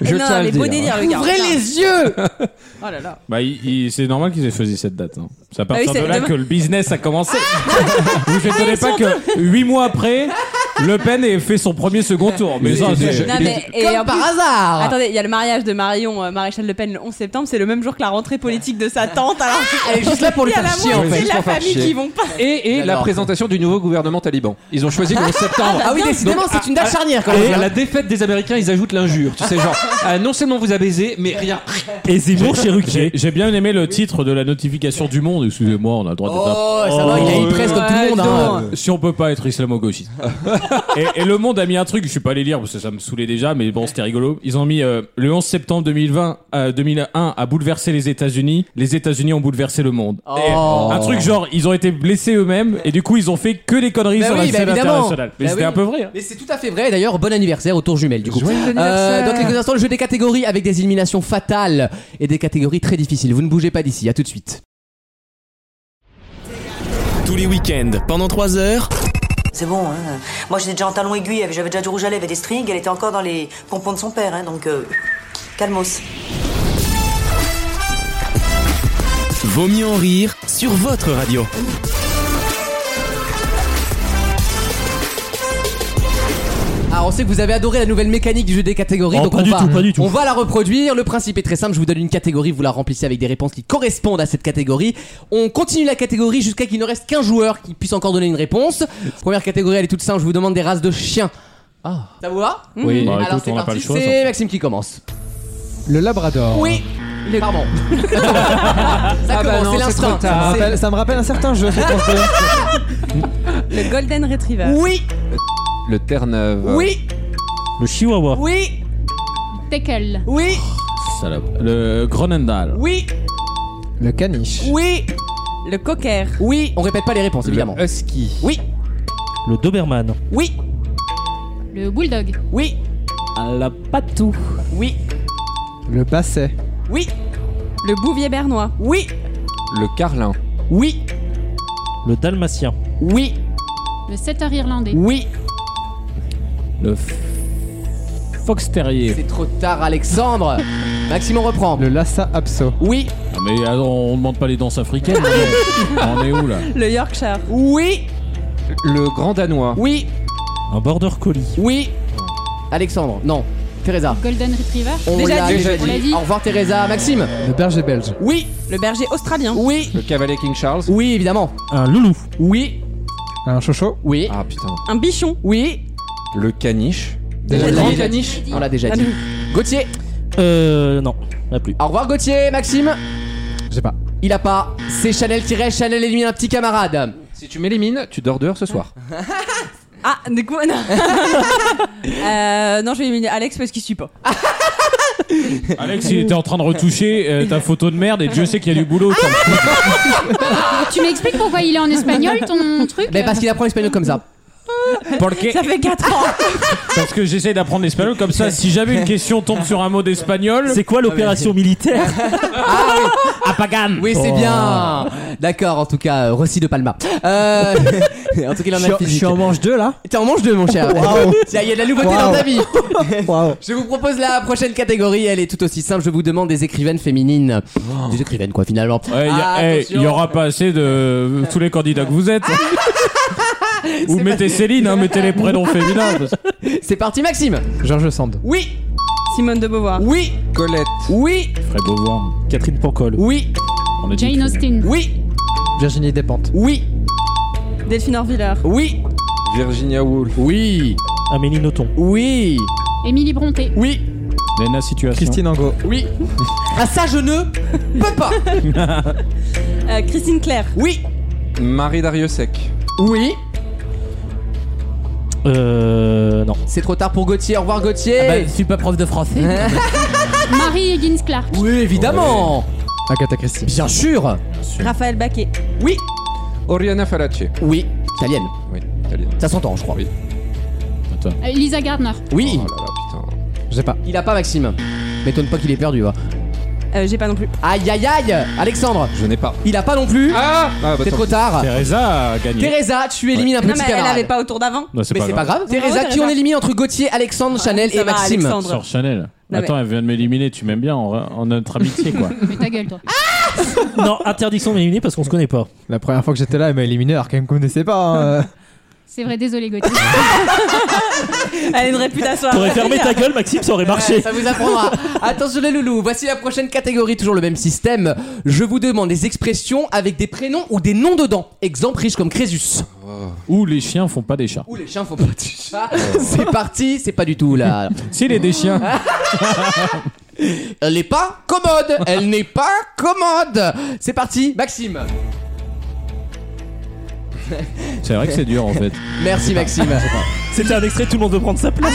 Speaker 5: Je
Speaker 6: non,
Speaker 5: tiens à
Speaker 6: mais
Speaker 5: le
Speaker 6: beau
Speaker 5: dire.
Speaker 6: délire le gars.
Speaker 2: Ouvrez
Speaker 6: Putain.
Speaker 2: les yeux.
Speaker 6: Oh là là.
Speaker 4: Bah, il- il- c'est normal qu'ils aient choisi cette date. hein. C'est à partir
Speaker 6: Bah oui, c'est
Speaker 4: de là
Speaker 6: demain. Ah
Speaker 4: que le business a commencé. [LAUGHS] Vous étonnez pas que huit mois après, Le Pen ait fait son premier second tour. Mais ça,
Speaker 5: c'est-
Speaker 4: c'est-
Speaker 6: Non, mais, et en
Speaker 2: Comme
Speaker 6: plus-
Speaker 2: par hasard.
Speaker 6: Attendez, il y a le mariage de Marion euh, Maréchal Le Pen le 11 septembre, c'est le même jour que la rentrée politique de sa tante. Alors,
Speaker 2: Elle est juste là pour Ah le
Speaker 6: il y a
Speaker 2: faire
Speaker 6: la
Speaker 2: chier en
Speaker 6: moitié
Speaker 2: fait.
Speaker 6: de la
Speaker 5: Juste pour faire
Speaker 6: famille
Speaker 5: chier.
Speaker 6: qui vont pas.
Speaker 5: Et, et la
Speaker 2: D'accord.
Speaker 5: présentation du nouveau gouvernement taliban. Ils ont choisi le 11 septembre.
Speaker 2: Ah oui, décidément,
Speaker 5: Donc,
Speaker 2: c'est une date charnière quand
Speaker 5: Et à
Speaker 2: même.
Speaker 5: la défaite des Américains, ils ajoutent l'injure. Tu sais, genre, ah, non seulement vous a baisé, mais rien. Bah
Speaker 3: Et Zemmour chez
Speaker 4: J'ai
Speaker 3: Ruquier.
Speaker 4: j'ai bien aimé le titre de la notification du monde. Excusez-moi, on a le droit d'être.
Speaker 2: Oh, ça va, il a une presse comme tout le monde. hein.
Speaker 4: un- Si on peut pas être islamo-gauchiste. [LAUGHS] et, et le monde a mis un truc, je suis pas allé lire parce que ça me saoulait déjà, mais bon, c'était rigolo. Ils ont mis euh, le 11 septembre 2020, euh, 2001 a bouleversé les États-Unis. Les États-Unis ont bouleversé le monde. Et
Speaker 2: Oh.
Speaker 4: un truc genre, ils ont été blessés eux-mêmes et du coup, ils ont fait que des conneries
Speaker 2: Bah
Speaker 4: sur la
Speaker 2: oui, bah
Speaker 4: scène
Speaker 2: évidemment.
Speaker 4: internationale. Mais
Speaker 2: Bah
Speaker 4: c'était
Speaker 2: oui.
Speaker 4: un peu vrai. hein.
Speaker 2: Mais c'est tout à fait vrai. D'ailleurs, bon anniversaire au tour jumelle du coup.
Speaker 5: Joyeux
Speaker 2: Euh,
Speaker 5: anniversaire.
Speaker 2: dans quelques instants, le jeu des catégories avec des éliminations fatales et des catégories très difficiles. Vous ne bougez pas d'ici. À tout de suite.
Speaker 1: Tous les week-ends, pendant 3 heures,
Speaker 9: [LAUGHS] C'est bon, hein. Moi, j'étais déjà en talon aiguille, j'avais déjà du rouge à lèvres et des strings, elle était encore dans les pompons de son père, hein, donc euh, calmos.
Speaker 1: Vaut mieux en rire sur votre radio.
Speaker 2: Alors Ah, on sait que vous avez adoré la nouvelle mécanique du jeu des catégories,
Speaker 3: Oh,
Speaker 2: donc
Speaker 3: pas
Speaker 2: on,
Speaker 3: du
Speaker 2: va,
Speaker 3: tout, pas du tout.
Speaker 2: on va la reproduire. Le principe est très simple, je vous donne une catégorie, vous la remplissez avec des réponses qui correspondent à cette catégorie. On continue la catégorie jusqu'à qu'il ne reste qu'un joueur qui puisse encore donner une réponse. Première catégorie, elle est toute simple, je vous demande des races de chiens.
Speaker 5: Ah.
Speaker 2: Ça vous va Hmm.
Speaker 4: Oui, bah,
Speaker 2: Alors
Speaker 4: écoute,
Speaker 2: c'est
Speaker 4: on n'a pas le
Speaker 2: parti,
Speaker 4: choix.
Speaker 2: c'est Maxime qui commence.
Speaker 8: Le Labrador.
Speaker 2: Oui
Speaker 5: [LAUGHS]
Speaker 2: Pardon. Ça
Speaker 5: Ah bah
Speaker 2: commence,
Speaker 5: non,
Speaker 2: c'est
Speaker 5: c'est
Speaker 2: l'instinct.
Speaker 5: trop tard.
Speaker 8: Ça me,
Speaker 2: C'est-
Speaker 8: rappelle, ça me rappelle un certain jeu.
Speaker 6: Le Golden Retriever.
Speaker 5: bah
Speaker 2: Oui,
Speaker 5: Le Terre-Neuve.
Speaker 2: oui,
Speaker 3: Le Chihuahua.
Speaker 2: oui,
Speaker 7: Teckel.
Speaker 2: oui,
Speaker 4: Salope. Le Gronendal.
Speaker 2: oui,
Speaker 8: le caniche.
Speaker 2: oui,
Speaker 6: Le Cocker.
Speaker 2: oui. On répète pas les réponses, évidemment.
Speaker 5: Le E. Husky.
Speaker 2: Oui,
Speaker 3: Le Doberman.
Speaker 2: oui,
Speaker 7: Le bulldog.
Speaker 2: oui,
Speaker 3: La patou.
Speaker 2: oui,
Speaker 8: Le basset.
Speaker 2: oui,
Speaker 6: Le Bouvier Bernois.
Speaker 2: oui.
Speaker 5: Le Carlin.
Speaker 2: Oui,
Speaker 3: Le Dalmatien.
Speaker 2: oui,
Speaker 7: Le setter irlandais.
Speaker 2: oui.
Speaker 4: Le f- Fox Terrier.
Speaker 2: C'est trop tard, Alexandre. Maxime, on reprend.
Speaker 8: Le Lhasa Apso.
Speaker 2: Oui,
Speaker 4: Ah, mais attends, on demande pas les danses africaines. [LAUGHS] mais on est où là
Speaker 6: Le Yorkshire.
Speaker 2: oui,
Speaker 5: Le Grand Danois.
Speaker 2: oui,
Speaker 3: Un Border Collie.
Speaker 2: oui. Alexandre, non. Teresa.
Speaker 7: Golden Retriever.
Speaker 2: On
Speaker 6: Déjà
Speaker 2: l'a
Speaker 6: dit.
Speaker 2: déjà
Speaker 7: On l'a
Speaker 2: dit.
Speaker 7: dit.
Speaker 2: Au revoir, Teresa. Maxime.
Speaker 8: Le berger belge.
Speaker 2: Oui,
Speaker 6: Le berger australien.
Speaker 2: oui,
Speaker 5: Le Cavalier King Charles.
Speaker 2: oui, évidemment.
Speaker 3: Un loulou.
Speaker 2: Oui,
Speaker 8: Un chocho.
Speaker 2: oui,
Speaker 5: Ah putain.
Speaker 6: Un bichon.
Speaker 2: oui.
Speaker 5: Le Caniche.
Speaker 2: On
Speaker 5: Le
Speaker 2: l'a
Speaker 5: Grand
Speaker 2: déjà dit.
Speaker 5: Caniche.
Speaker 2: On l'a déjà
Speaker 6: Ah,
Speaker 2: dit. Gauthier.
Speaker 3: Euh. Non, pas plus.
Speaker 2: Au revoir, Gauthier. Maxime.
Speaker 8: Je sais pas.
Speaker 2: Il a pas. C'est Chanel tiré. Chanel élimine un petit camarade.
Speaker 5: Si tu m'élimines, tu dors dehors ce soir.
Speaker 6: Ah, du [LAUGHS] coup, non. Euh, non, je vais éliminer Alex parce qu'il suit pas.
Speaker 4: Alex, il était en train de retoucher euh, ta photo de merde et Dieu sait qu'il y a du boulot. quoi.
Speaker 7: Oh, Tu m'expliques pourquoi il est en espagnol
Speaker 2: [LAUGHS]
Speaker 7: ton truc Euh,
Speaker 2: Mais Ben, parce qu'il apprend l'espagnol comme ça.
Speaker 4: Porque-
Speaker 6: Ça fait 4 ans.
Speaker 4: parce que j'essaie d'apprendre l'espagnol comme ça. Si jamais une question tombe sur un mot d'espagnol,
Speaker 3: C'est quoi l'opération militaire
Speaker 2: Ah oui,
Speaker 3: Apagam
Speaker 2: oui,
Speaker 10: Oh.
Speaker 2: c'est bien. D'accord, en tout cas, euh, Rossi de Palma.
Speaker 10: [LAUGHS]
Speaker 2: Euh, en tout cas, il en a le
Speaker 10: Je, je
Speaker 2: physique.
Speaker 10: suis en manche 2 là.
Speaker 2: T'es en manche deux, mon cher.
Speaker 10: Waouh.
Speaker 2: Tiens, Il y a de la nouveauté
Speaker 10: Waouh.
Speaker 2: dans ta vie.
Speaker 10: [LAUGHS] Waouh.
Speaker 2: Je vous propose la prochaine catégorie. Elle est tout aussi simple. Je vous demande des écrivaines féminines.
Speaker 10: Oh.
Speaker 2: Des écrivaines, quoi, finalement.
Speaker 4: Ouais, y a-
Speaker 2: Ah,
Speaker 4: hey,
Speaker 2: attention. Ah.
Speaker 4: il y aura pas assez de tous les candidats que vous êtes. [LAUGHS] Ou
Speaker 2: C'est
Speaker 4: mettez Céline, hein, mettez
Speaker 2: [LAUGHS]
Speaker 4: les prénoms féminins. parce-
Speaker 2: C'est parti, Maxime.
Speaker 8: Georges Sand.
Speaker 2: Oui,
Speaker 6: Simone de Beauvoir.
Speaker 2: oui,
Speaker 5: Colette.
Speaker 2: oui,
Speaker 4: Très beau voir.
Speaker 3: Catherine Pancol.
Speaker 2: oui,
Speaker 4: On a dit
Speaker 7: Jane Austen.
Speaker 2: oui,
Speaker 8: Virginie Despentes.
Speaker 2: oui,
Speaker 6: Delphine Orviller.
Speaker 2: oui,
Speaker 5: Virginia Woolf.
Speaker 2: oui,
Speaker 3: Amélie Nothomb.
Speaker 2: oui,
Speaker 7: Émilie Bronté.
Speaker 2: oui,
Speaker 4: Lena, situation.
Speaker 8: Christine Angot.
Speaker 2: oui. Ah ça, je ne peux pas.
Speaker 6: Euh, Christine Claire.
Speaker 2: Oui,
Speaker 5: Marie Dariussec.
Speaker 2: oui.
Speaker 3: Euh. Non.
Speaker 2: C'est trop tard pour Gauthier. Au revoir, Gauthier.
Speaker 4: Bah,
Speaker 10: je suis pas prof de français.
Speaker 7: Marie Higgins Clark.
Speaker 2: oui, évidemment.
Speaker 8: Agatha Christie.
Speaker 2: Bien sûr.
Speaker 6: Raphaël Baquet.
Speaker 2: Oui,
Speaker 5: Oriana Falace.
Speaker 2: oui. Italienne.
Speaker 5: Oui, italienne.
Speaker 2: Ça s'entend, je crois.
Speaker 5: Oui.
Speaker 7: Euh, Lisa Gardner.
Speaker 2: Oui.
Speaker 5: Oh là là, putain.
Speaker 8: J'ai pas.
Speaker 2: Il a pas Maxime. M'étonne pas qu'il ait perdu. hein. va.
Speaker 6: Euh, J'ai pas non plus.
Speaker 2: Aïe aïe aïe Alexandre,
Speaker 5: Je n'ai pas.
Speaker 2: il a pas non plus.
Speaker 5: Ah, ah bah,
Speaker 2: C'est
Speaker 5: tant
Speaker 2: trop
Speaker 5: pis.
Speaker 2: tard.
Speaker 4: Teresa a gagné.
Speaker 2: Teresa, tu élimines un
Speaker 6: Non,
Speaker 2: petit
Speaker 6: mais elle
Speaker 2: camarade.
Speaker 6: avait pas au tour d'avant.
Speaker 4: Non, c'est
Speaker 2: Mais
Speaker 4: pas, grave.
Speaker 2: Teresa,
Speaker 6: Bravo,
Speaker 2: qui on
Speaker 6: Teresa.
Speaker 2: élimine entre Gauthier, Alexandre, Chanel
Speaker 6: Ça
Speaker 2: et
Speaker 6: va,
Speaker 2: Maxime.
Speaker 6: Eh bah, Alexandre.
Speaker 4: Sors Chanel.
Speaker 6: mais-
Speaker 4: Attends, elle vient de m'éliminer. Tu m'aimes bien en, en notre amitié, [LAUGHS] quoi.
Speaker 7: Mais ta gueule, toi.
Speaker 2: Ah
Speaker 3: Non, interdiction d'éliminer parce qu'on se connaît pas.
Speaker 8: La première fois que j'étais là, elle m'a éliminé alors qu'elle me connaissait pas. hein.
Speaker 7: C'est vrai, désolé, Gauthier.
Speaker 6: Elle a une réputation. à
Speaker 3: T'aurais
Speaker 6: faire.
Speaker 3: fermé ta gueule, Maxime, ça aurait
Speaker 2: Ouais,
Speaker 3: marché.
Speaker 2: Ah, Ça vous apprendra. Attention les loulous, voici la prochaine catégorie, toujours le même système. Je vous demande des expressions avec des prénoms ou des noms dedans. Exemple riche comme Crésus.
Speaker 4: Ou les chiens font pas des chats.
Speaker 2: Ou les chiens font pas de chat. C'est parti, c'est pas du tout là.
Speaker 4: Si, les des chiens.
Speaker 2: Elle n'est pas commode. Elle n'est pas commode. C'est parti, Maxime.
Speaker 4: C'est vrai que c'est dur, en fait.
Speaker 2: Merci Maxime.
Speaker 3: C'était un extrait, tout le monde veut prendre
Speaker 2: [LAUGHS]
Speaker 3: sa place.